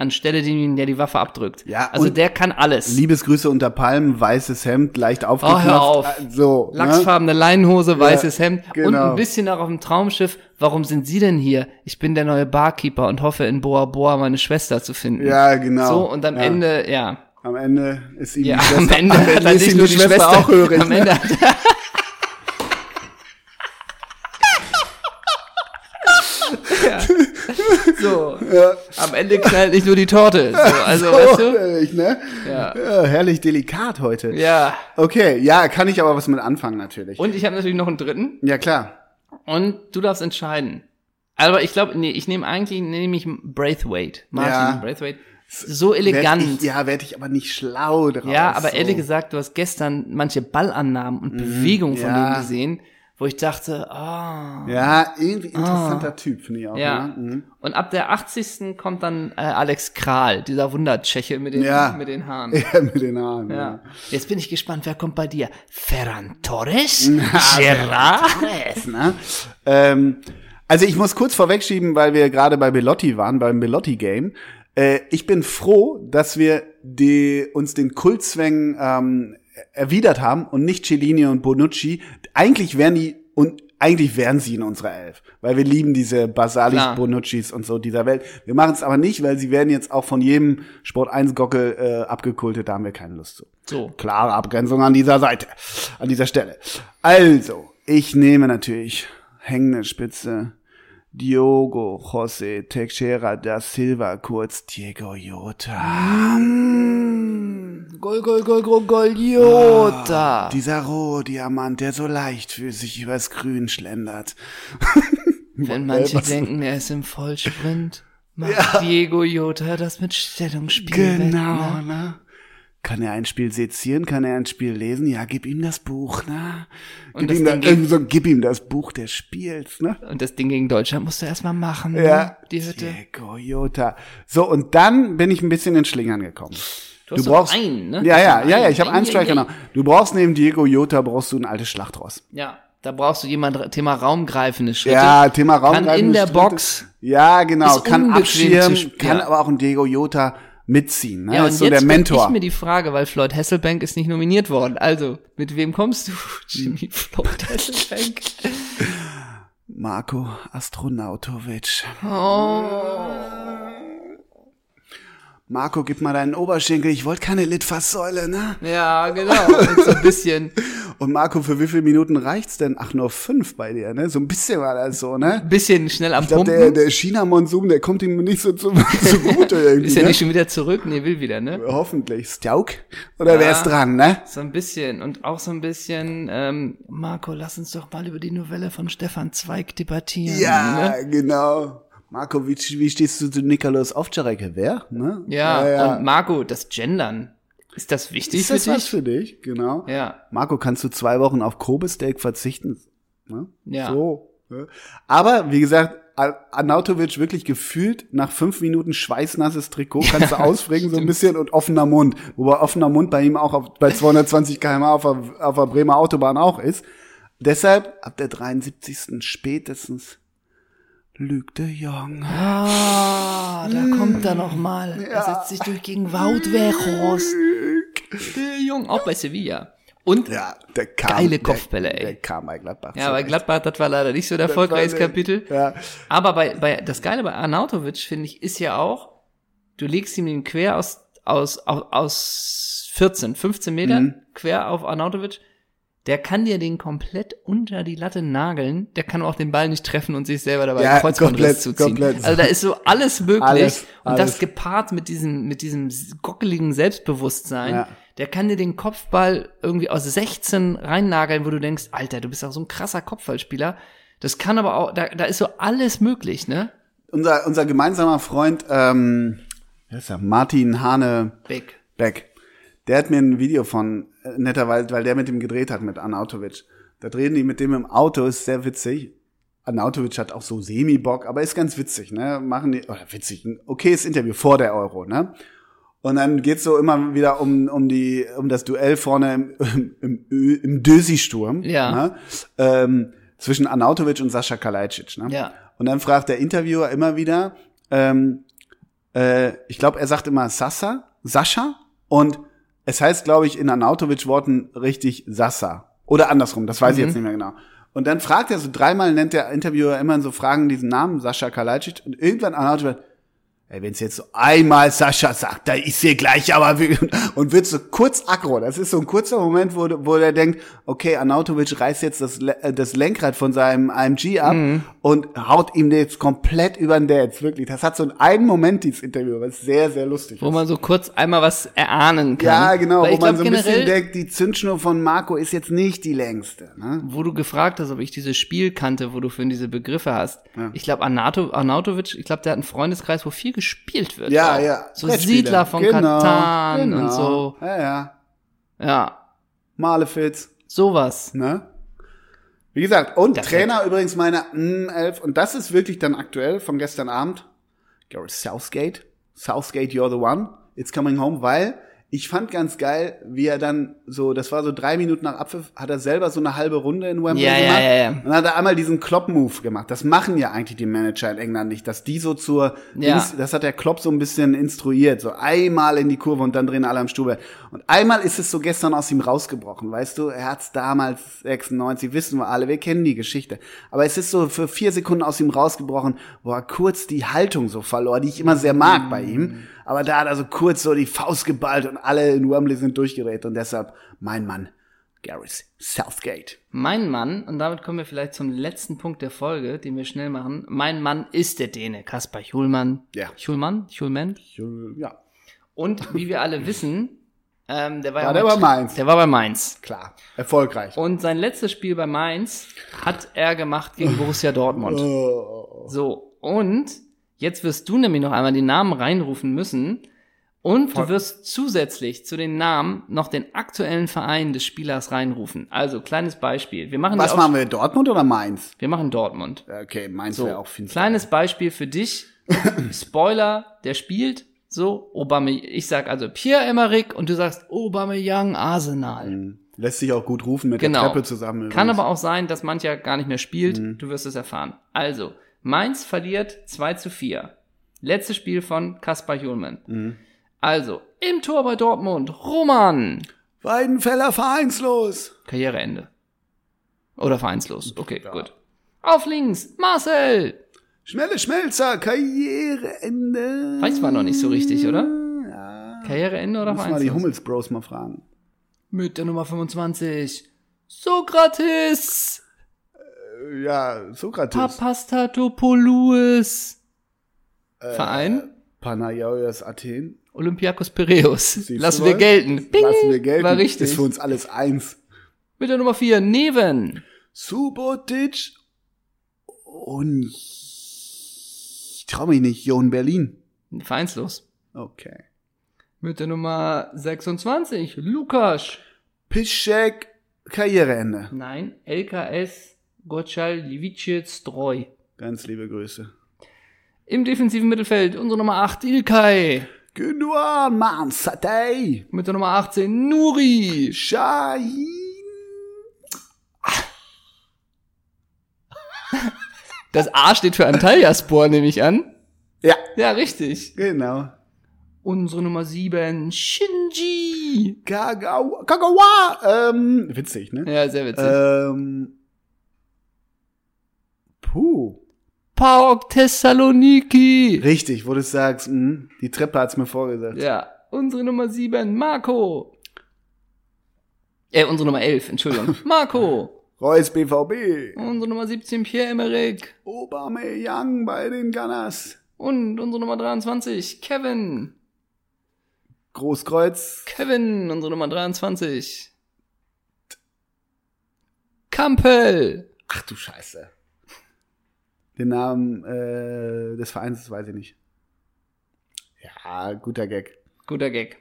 S1: anstelle denjenigen, der die Waffe abdrückt.
S2: Ja,
S1: also
S2: und-
S1: der kann alles.
S2: Liebesgrüße unter Palmen, weißes Hemd, leicht aufgeknöpft.
S1: Oh, auf.
S2: äh, So, ne?
S1: Lachsfarbene Leinenhose, weißes Hemd und
S2: genau.
S1: ein bisschen auch auf dem Traumschiff. Warum sind Sie denn hier? Ich bin der neue Barkeeper und hoffe in Boa Boa meine Schwester zu finden.
S2: Ja, genau.
S1: So und am
S2: Ja.
S1: Ende, ja.
S2: Am Ende ist ihm
S1: Ja,
S2: die
S1: am
S2: Schwester,
S1: Ende hat er
S2: ist
S1: nicht
S2: ihm
S1: nur die Schwester,
S2: auch hörig.
S1: Am Ende hat er ja. So, am Ende knallt nicht nur die Torte. So, also,
S2: so,
S1: weißt du?
S2: ehrlich, ne?
S1: Ja.
S2: Ja, herrlich delikat heute.
S1: Ja.
S2: Okay, ja, kann ich aber was mit anfangen natürlich.
S1: Und ich habe natürlich noch einen dritten.
S2: ja, klar.
S1: Und du darfst entscheiden. Aber ich glaube, nee, ich nehme eigentlich nehme ich Braithwaite. Martin
S2: Ja.
S1: Braithwaite. So
S2: Werd
S1: elegant.
S2: ich, ja, werde ich aber nicht schlau draus.
S1: Ja, aber
S2: so. Mhm,
S1: ehrlich gesagt, du hast gestern manche Ballannahmen und Bewegungen von
S2: ja.
S1: dem gesehen, wo ich dachte, ah.
S2: Ja, irgendwie interessanter Typ, finde ich auch.
S1: Ja.
S2: Ne? Mhm.
S1: Und ab der 80. kommt dann äh, Alex Kral, dieser Wundertscheche mit den,
S2: Ja.
S1: mit den Haaren.
S2: Ja, mit den Haaren.
S1: Ja.
S2: Ja.
S1: Jetzt bin ich gespannt, wer kommt bei dir? Ferran Torres? Gerard?
S2: Ne? Ähm, also ich muss kurz vorwegschieben, weil wir gerade bei Belotti waren, beim Belotti-Game. Äh, ich bin froh, dass wir die, uns den Kultzwängen ähm, erwidert haben und nicht Cellini und Bonucci. Eigentlich wären die und eigentlich wären sie in unserer Elf, weil wir lieben diese Basalis,
S1: Klar.
S2: Bonuccis und so dieser Welt. Wir machen es aber nicht, weil sie werden jetzt auch von jedem Sport 1 Gockel äh, abgekultet, da haben wir keine Lust zu.
S1: So.
S2: Klare Abgrenzung an dieser Seite, an dieser Stelle. Also, ich nehme natürlich hängende Spitze Diogo José Teixeira da Silva, kurz Diego Jota.
S1: Gol, gol, gol, gol, gol, Jota.
S2: Dieser Rohdiamant, der so leichtfüßig übers Grün schlendert.
S1: Wenn manche denken, er ist im Vollsprint, macht Diego Jota das mit Stellungsspiel.
S2: Genau,
S1: wett, ne?
S2: ne? Kann er ein Spiel sezieren? Kann er ein Spiel lesen? Ja, gib ihm das Buch, ne?
S1: Und
S2: Gib,
S1: das
S2: ihm, da,
S1: Ding geht-
S2: irgendwie so, gib ihm das Buch des Spiels, ne?
S1: Und das Ding gegen Deutschland musst du erstmal machen.
S2: Ja.
S1: Ne? Die Hütte.
S2: Diego Jota. So, und dann bin ich ein bisschen ins Schlingern gekommen.
S1: Du hast doch einen, ne?
S2: Ja,
S1: Du hast
S2: ja,
S1: doch
S2: ja, ja,
S1: einen.
S2: ich habe einen
S1: Ei, ei,
S2: Striker
S1: ei.
S2: noch. Du brauchst neben Diego Jota brauchst du ein altes Schlachtross.
S1: Ja. Da brauchst du jemand, Thema raumgreifende Schritte.
S2: Ja, Thema Raum
S1: Kann in der Box.
S2: Ja, genau,
S1: Ist
S2: kann
S1: unbequem zu
S2: abschirmen,
S1: spielen.
S2: kann
S1: Ja.
S2: aber auch ein Diego Jota mitziehen, ne?
S1: Ja, und
S2: ist so
S1: jetzt
S2: der
S1: stell ich
S2: Mentor.
S1: mir die Frage, weil Floyd Hasselbank ist nicht nominiert worden. Also, mit wem kommst du, Jimmy Floyd Hasselbank?
S2: Marco Astronautovic.
S1: Oh.
S2: Marco, gib mal deinen Oberschenkel, ich wollte keine Litfaßsäule, ne?
S1: Ja, genau. Und so ein bisschen,
S2: Und Marco, für wie viele Minuten reicht's denn? Ach, nur fünf bei dir, ne? So ein bisschen war das so, ne?
S1: bisschen schnell am
S2: Ich glaube,
S1: Pumpen.
S2: der, der China-Monsum, der kommt ihm nicht so zu, zugute irgendwie,
S1: ist ja
S2: ne?
S1: nicht schon wieder zurück? Nee, will wieder, ne?
S2: Hoffentlich. Stauk? Oder wer ist dran, ne?
S1: So ein bisschen und auch so ein bisschen, ähm, Marco, lass uns doch mal über die Novelle von Stefan Zweig debattieren.
S2: Ja,
S1: Ne?
S2: genau. Marco, wie, wie stehst du zu Nikolaus Ovtcharek? Wer? Ne?
S1: Ja, und Marco, das Gendern, ist das wichtig
S2: ist das
S1: für dich?
S2: was für dich? Genau.
S1: Ja,
S2: Marco, kannst du zwei Wochen auf Kobe-Steak verzichten? Ne?
S1: Ja.
S2: So. Ne? Aber, wie gesagt, A- Arnautovic wirklich gefühlt nach fünf Minuten schweißnasses Trikot kannst du ausfringen so ein bisschen und offener Mund. Wobei offener Mund bei ihm auch auf, bei 220 km/h auf, der- auf der Bremer Autobahn auch ist. Deshalb, ab der 73. spätestens lügt der Jong.
S1: Ah, da kommt er nochmal. Er setzt sich durch gegen Wout Mm. Der Jung, auch bei Sevilla. Und
S2: Ja, der kam.
S1: Geile
S2: der-
S1: Kopfbälle, ey.
S2: Der kam bei Gladbach.
S1: ja, bei Gladbach, das war leider nicht so ein erfolgreiches Kapitel.
S2: Ja.
S1: Aber bei, bei das Geile bei Arnautovic, finde ich, ist ja auch, du legst ihm den quer aus, aus, aus, aus 14, 15 Metern,
S2: Mhm.
S1: quer auf Arnautovic. Der kann dir den komplett unter die Latte nageln. Der kann auch den Ball nicht treffen und sich selber dabei
S2: Ja,
S1: einen Kreuzbandriss
S2: komplett,
S1: zuziehen.
S2: komplett.
S1: Also da ist so alles möglich.
S2: Alles,
S1: und das
S2: alles.
S1: gepaart mit diesem, mit diesem gockeligen Selbstbewusstsein.
S2: Ja.
S1: Der kann dir den Kopfball irgendwie aus 16 reinnageln, wo du denkst, Alter, du bist auch so ein krasser Kopfballspieler. Das kann aber auch, da, da ist so alles möglich, ne?
S2: unser, unser gemeinsamer Freund, ähm, wer ist er? Martin Hane
S1: Beck.
S2: Beck, der hat mir ein Video von äh, netterweise, weil der mit ihm gedreht hat, mit Arnautovic. Da drehen die mit dem im Auto, ist sehr witzig. Arnautovic hat auch so Semi-Bock, aber ist ganz witzig, ne? Machen die, oder witzig, ein okayes Interview vor der Euro, ne? Und dann geht's so immer wieder um, um die, um das Duell vorne im, im, im, Ö- im Dösi-Sturm.
S1: Ja.
S2: Ne? Ähm, zwischen Arnautovic und Sascha Kalajdzic, ne?
S1: Ja.
S2: Und dann fragt der Interviewer immer wieder, ähm, äh, ich glaube, er sagt immer Sasa, Sascha und es heißt, glaube ich, in Arnautovic-Worten richtig Sasa. Oder andersrum, das weiß ich jetzt nicht mehr genau. Und dann fragt er so dreimal, nennt der Interviewer immer so Fragen diesen Namen, Sascha Kalajdzic und irgendwann Arnautovic, Ey, wenn's jetzt so einmal Sascha sagt, da ist hier gleich aber wie- und wird so kurz aggro. Das ist so ein kurzer Moment, wo, wo der denkt, okay, Arnautovic reißt jetzt das, Le- äh, das Lenkrad von seinem AMG ab
S1: Mhm.
S2: und haut ihm jetzt komplett über den Dads. Wirklich, das hat so einen, einen Moment, dieses Interview, was sehr, sehr lustig
S1: Wo
S2: ist.
S1: man so kurz einmal was erahnen kann.
S2: Ja, genau,
S1: Weil
S2: wo
S1: ich
S2: man
S1: glaub,
S2: so ein bisschen
S1: generell,
S2: denkt, die Zündschnur von Marco ist jetzt nicht die längste. Ne?
S1: wo du gefragt hast, ob ich dieses Spiel kannte, wo du für diese Begriffe hast. Ich glaube, Arnato, Arnautovic, ich glaube, der hat einen Freundeskreis, wo viel gespielt wird.
S2: Ja,
S1: auch.
S2: ja.
S1: So
S2: Brettspiele.
S1: Siedler von
S2: Genau,
S1: Katan
S2: genau.
S1: und so.
S2: Ja, ja.
S1: Ja,
S2: Malefiz.
S1: sowas.
S2: Ne? Wie gesagt, und
S1: Das
S2: Trainer übrigens meiner elf und das ist wirklich dann aktuell von gestern Abend. Gareth Southgate. Southgate, you're the one. It's coming home, weil ich fand ganz geil, wie er dann so, das war so drei Minuten nach Abpfiff, hat er selber so eine halbe Runde in Wembley
S1: Ja, ja,
S2: gemacht.
S1: ja, ja.
S2: Und hat er einmal diesen Klopp-Move gemacht. Das machen ja eigentlich die Manager in England nicht, dass die so zur,
S1: Ja.
S2: Dings- das hat der Klopp so ein bisschen instruiert, so einmal in die Kurve und dann drehen alle am Stube. Und einmal ist es so gestern aus ihm rausgebrochen, weißt du, er hat's damals 96, wissen wir alle, wir kennen die Geschichte. Aber es ist so für vier Sekunden aus ihm rausgebrochen, wo er kurz die Haltung so verlor, die ich immer sehr mag bei ihm. Aber da hat er so kurz so die Faust geballt und alle in Wembley sind durchgedreht und deshalb mein Mann, Gareth Southgate.
S1: Mein Mann, und damit kommen wir vielleicht zum letzten Punkt der Folge, den wir schnell machen. Mein Mann ist der Däne, Kaspar Schulmann.
S2: Ja.
S1: Schulmann? Schulmann?
S2: Ja,
S1: Und wie wir alle wissen, ähm, der war,
S2: War
S1: ja
S2: der
S1: mal-
S2: bei Mainz?
S1: Der war bei Mainz.
S2: klar, erfolgreich.
S1: Und sein letztes Spiel bei Mainz hat er gemacht gegen Borussia Dortmund.
S2: Oh.
S1: So, und jetzt wirst du nämlich noch einmal den Namen reinrufen müssen. Und du wirst zusätzlich zu den Namen noch den aktuellen Verein des Spielers reinrufen. Also, kleines Beispiel. Wir machen, die
S2: Was
S1: Aufst-
S2: machen wir, Dortmund oder Mainz?
S1: wir machen Dortmund.
S2: Okay, Mainz
S1: So,
S2: wäre auch finster.
S1: kleines Beispiel für dich. Spoiler, der spielt so Obame, ich sag also Pierre Emerick und du sagst Aubameyang Arsenal.
S2: Hm. Lässt sich auch gut rufen mit
S1: Genau.
S2: der Treppe zusammen.
S1: Kann
S2: übrigens.
S1: aber auch sein, dass mancher gar nicht mehr spielt.
S2: Mhm.
S1: Du wirst es erfahren. Also, Mainz verliert 2 zu 4. Letztes Spiel von Kaspar Julmann.
S2: Mhm.
S1: Also, im Tor bei Dortmund, Roman.
S2: Weidenfeller vereinslos.
S1: Karriereende. Oder vereinslos. Okay, gut. Auf links, Marcel.
S2: Schnelle Schmelzer, Karriereende.
S1: Weiß man noch nicht so richtig, oder? Karriereende oder
S2: Muss mal die
S1: Vereinslos?
S2: Hummels Bros mal fragen.
S1: Mit der Nummer 25. Sokrates!
S2: Äh, Ja, Sokrates.
S1: Papastatopoulos!
S2: Äh,
S1: Verein?
S2: Panayoyas Athen.
S1: Olympiakos Piräus.
S2: Siehst
S1: Lassen
S2: du
S1: wir
S2: mal?
S1: gelten. Ping!
S2: Lassen wir gelten.
S1: War richtig.
S2: Ist für uns alles eins.
S1: Mit der Nummer 4, Neven.
S2: Subotic und ich trau mich nicht, Jon Berlin.
S1: Vereinslos.
S2: Okay.
S1: Mit der Nummer 26, Lukas.
S2: Pischek, Karriereende.
S1: Nein, LKS Gocaljevic Streu.
S2: Ganz liebe Grüße.
S1: Im defensiven Mittelfeld unsere Nummer 8, Ilkay.
S2: Gündogan, Mann, Satay,
S1: Mit der Nummer 18, Nuri.
S2: Shahin.
S1: Das A steht für Antalyaspor, nehme ich an.
S2: Ja,
S1: Ja, richtig.
S2: genau.
S1: Unsere Nummer 7, Shinji.
S2: Kagawa, Kagawa, ähm, witzig, ne?
S1: Ja, sehr witzig.
S2: Ähm, puh.
S1: Paok Thessaloniki.
S2: Richtig, wo du es sagst, mh, die Treppe hat's mir vorgesagt.
S1: Ja, unsere Nummer 7, Marco. Äh, unsere Nummer 11, Entschuldigung. Marco.
S2: Reus BVB,
S1: Unsere Nummer 17, Pierre-Emerick.
S2: Aubameyang bei den Gunners,
S1: Und unsere Nummer 23, Kevin.
S2: Großkreuz,
S1: Kevin, unsere Nummer 23. Kampel.
S2: ach du Scheiße. Den Namen äh, des Vereins weiß ich nicht. Ja, guter Gag.
S1: Guter Gag.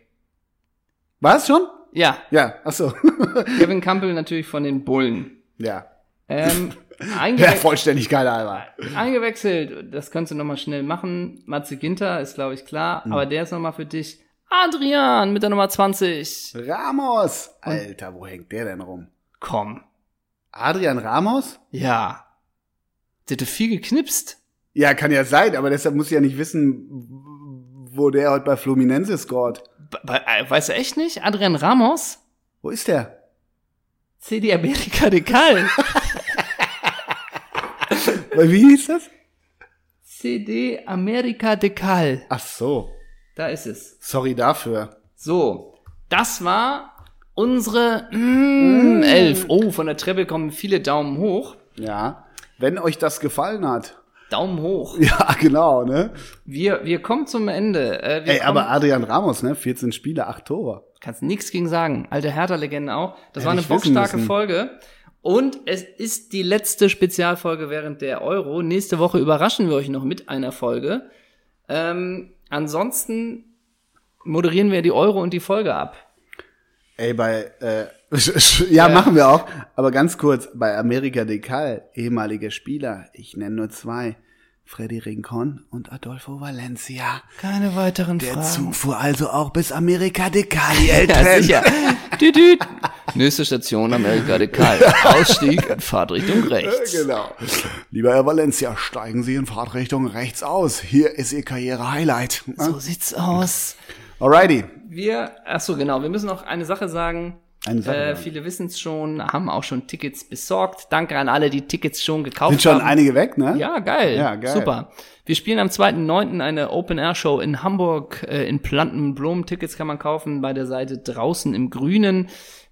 S2: War's schon?
S1: Ja,
S2: Ja, ach so.
S1: Kevin Kampel natürlich von den Bullen.
S2: ja.
S1: Ähm,
S2: Der
S1: eingewe
S2: Vollständigkeit halber.
S1: eingewechselt, das kannst du nochmal schnell machen. Matze Ginter ist, glaube ich, klar,
S2: Hm.
S1: aber der ist nochmal für dich. Adrian mit der Nummer 20.
S2: Ramos. Alter, wo hängt der denn rum?
S1: Komm.
S2: Adrian Ramos?
S1: Ja. Der hätte viel geknipst.
S2: Ja, kann ja sein, aber deshalb muss ich ja nicht wissen, wo der heute bei Fluminense scored.
S1: Be- be- äh, Weißt du echt nicht? Adrian Ramos?
S2: Wo ist der?
S1: CD America de Cal.
S2: Wie hieß das?
S1: CD America de Cal.
S2: Ach so.
S1: Da ist es.
S2: Sorry dafür.
S1: So, das war unsere
S2: Hm.
S1: mm, elf. Oh, von der Treppe kommen viele Daumen hoch.
S2: Ja. Wenn euch das gefallen hat.
S1: Daumen hoch.
S2: Ja, genau, ne?
S1: Wir, wir kommen zum Ende. Äh, wir
S2: Ey,
S1: kommen,
S2: aber Adrian Ramos, ne? 14 Spiele, 8 Tore.
S1: kannst nichts gegen sagen. Alte Hertha-Legende auch. Das
S2: Hätte
S1: war eine
S2: ich wissen
S1: bockstarke
S2: müssen.
S1: Folge. Und es ist die letzte Spezialfolge während der Euro. Nächste Woche überraschen wir euch noch mit einer Folge. Ähm, ansonsten moderieren wir die Euro und die Folge ab.
S2: Ey, bei, äh, ja,
S1: Ja.
S2: machen wir auch. Aber ganz kurz, bei Amerika Decal, ehemalige Spieler, ich nenne nur zwei, Freddy Rincon und Adolfo Valencia.
S1: Keine weiteren
S2: Der Zug fuhr also auch bis Amerika Decal, die Eltern.
S1: Ja, sicher. Düdüt. Nächste Station Amerika de Kal. Ausstieg in Fahrtrichtung rechts.
S2: Äh, Genau. Lieber Herr Valencia, steigen Sie in Fahrtrichtung rechts aus. Hier ist Ihr Karriere-Highlight.
S1: So sieht's aus.
S2: Alrighty.
S1: Wir, ach so genau, wir müssen noch eine Sache sagen.
S2: Eine Sache
S1: äh,
S2: sagen.
S1: viele wissen es schon, haben auch schon Tickets besorgt. Danke an alle, die Tickets schon gekauft
S2: Sind schon
S1: haben.
S2: einige weg, ne?
S1: ja, geil.
S2: Ja, geil.
S1: Super. Wir spielen am 2.9. eine Open-Air-Show in Hamburg, äh, in Plantenblumen. Tickets kann man kaufen bei der Seite draußen im Grünen.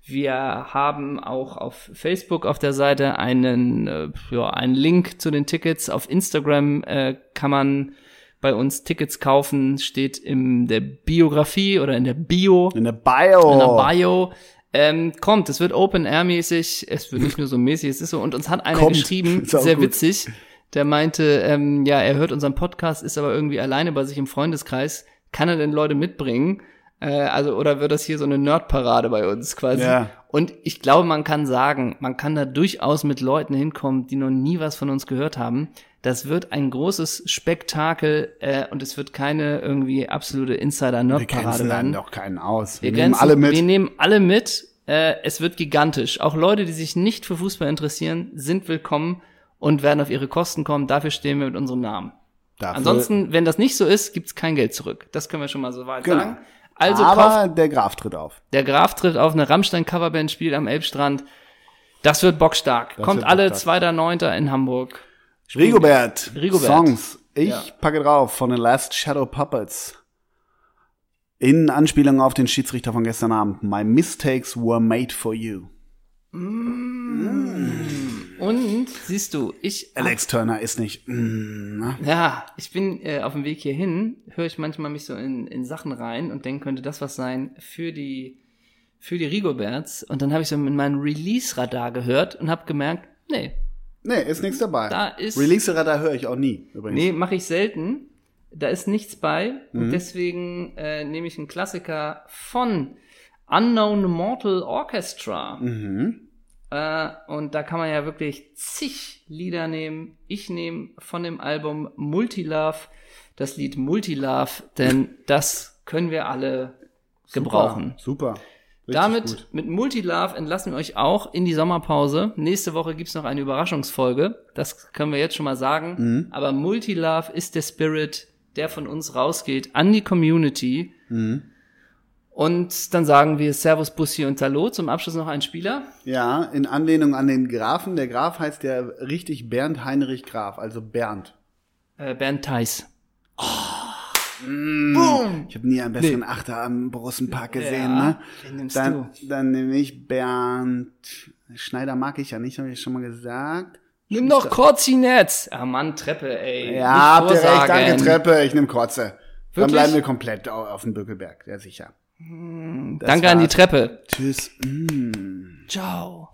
S1: Wir haben auch auf Facebook auf der Seite einen, äh, ja, einen Link zu den Tickets. Auf Instagram äh, kann man bei uns Tickets kaufen. Steht in der Biografie oder in der Bio
S2: In der Bio.
S1: in der Bio. Ähm, kommt, es wird Open Air mäßig, es wird nicht nur so mäßig, es ist so. Und uns hat einer
S2: Kommt.
S1: geschrieben,
S2: Ist auch
S1: sehr
S2: gut.
S1: witzig, der meinte, ähm, ja, er hört unseren Podcast, ist aber irgendwie alleine bei sich im Freundeskreis. Kann er denn Leute mitbringen? Äh, also, oder wird das hier so eine Nerdparade bei uns quasi?
S2: Ja.
S1: Und ich glaube, man kann sagen, man kann da durchaus mit Leuten hinkommen, die noch nie was von uns gehört haben. Das wird ein großes Spektakel äh, und es wird keine irgendwie absolute
S2: Wir
S1: Insider-Nerd-Parade
S2: grenzen dann
S1: werden.
S2: doch keinen aus.
S1: Wir,
S2: Wir, nehmen
S1: grenzen-
S2: alle mit.
S1: Wir nehmen alle mit. Äh, es wird gigantisch. Auch Leute, die sich nicht für Fußball interessieren, sind willkommen und werden auf ihre Kosten kommen. Dafür stehen wir mit unserem Namen.
S2: Dafür-
S1: Ansonsten, wenn das nicht so ist, gibt's kein Geld zurück. Das können wir schon mal so weit
S2: Genau.
S1: sagen. Also kauft,
S2: Aber der Graf tritt auf.
S1: der Graf tritt auf eine Rammstein-Coverband, spielt am Elbstrand. Das wird bockstark. Kommt
S2: wird
S1: alle
S2: bockstark.
S1: 2.9. in Hamburg.
S2: Rigobert.
S1: Rigobert.
S2: Songs. Ich
S1: Ja.
S2: packe drauf von The Last Shadow Puppets. In Anspielung auf den Schiedsrichter von gestern Abend. My mistakes were made for you.
S1: Und siehst du, ich
S2: Alex Turner ist nicht. Mm, ne?
S1: Ja, ich bin äh, auf dem Weg hierhin, höre ich manchmal mich so in, in Sachen rein und denke, könnte das was sein für die, für die Rigoberts. Und dann habe ich so in meinem Release-Radar gehört und habe gemerkt, nee,
S2: Nee, ist nichts dabei.
S1: Da ist-
S2: Release-Radar höre ich auch nie, übrigens.
S1: nee, mache ich selten. Da ist nichts bei. Und deswegen äh, nehme ich einen Klassiker von Unknown Mortal Orchestra.
S2: Mhm.
S1: Äh, und da kann man ja wirklich zig Lieder nehmen. Ich nehme von dem Album Multilove das Lied Multilove, denn das können wir alle gebrauchen.
S2: Super. Super. Richtig
S1: Damit,
S2: gut.
S1: mit Multilove entlassen wir euch auch in die Sommerpause. Nächste Woche gibt's noch eine Überraschungsfolge. Das können wir jetzt schon mal
S2: Mhm.
S1: sagen. Aber Multilove ist der Spirit, der von uns rausgeht an die Community.
S2: Mhm.
S1: Und dann sagen wir Servus, Bussi und Hallo. Zum Abschluss noch ein Spieler.
S2: Ja, in Anlehnung an den Grafen. Der Graf heißt ja richtig Bernd Heinrich Graf, also Bernd.
S1: Äh, Bernd Theiss.
S2: Ah, Ich habe nie einen besseren Achter am Borussenpark mm. gesehen,
S1: Ja,
S2: ne?
S1: wen nimmst
S2: dann, dann nehme ich Bernd. Schneider mag ich ja nicht, habe ich schon mal gesagt.
S1: Nimm doch Korzinetz. Ah Mann, Treppe, ey.
S2: Ja, habt ihr
S1: Nicht
S2: recht, danke
S1: vorsagen.
S2: Treppe, ich nehme Kotze. Dann
S1: Wirklich?
S2: bleiben wir komplett au- auf dem Bökelberg, ja sicher.
S1: Danke an die
S2: war's.
S1: Treppe.
S2: Tschüss. Mm.
S1: Ciao.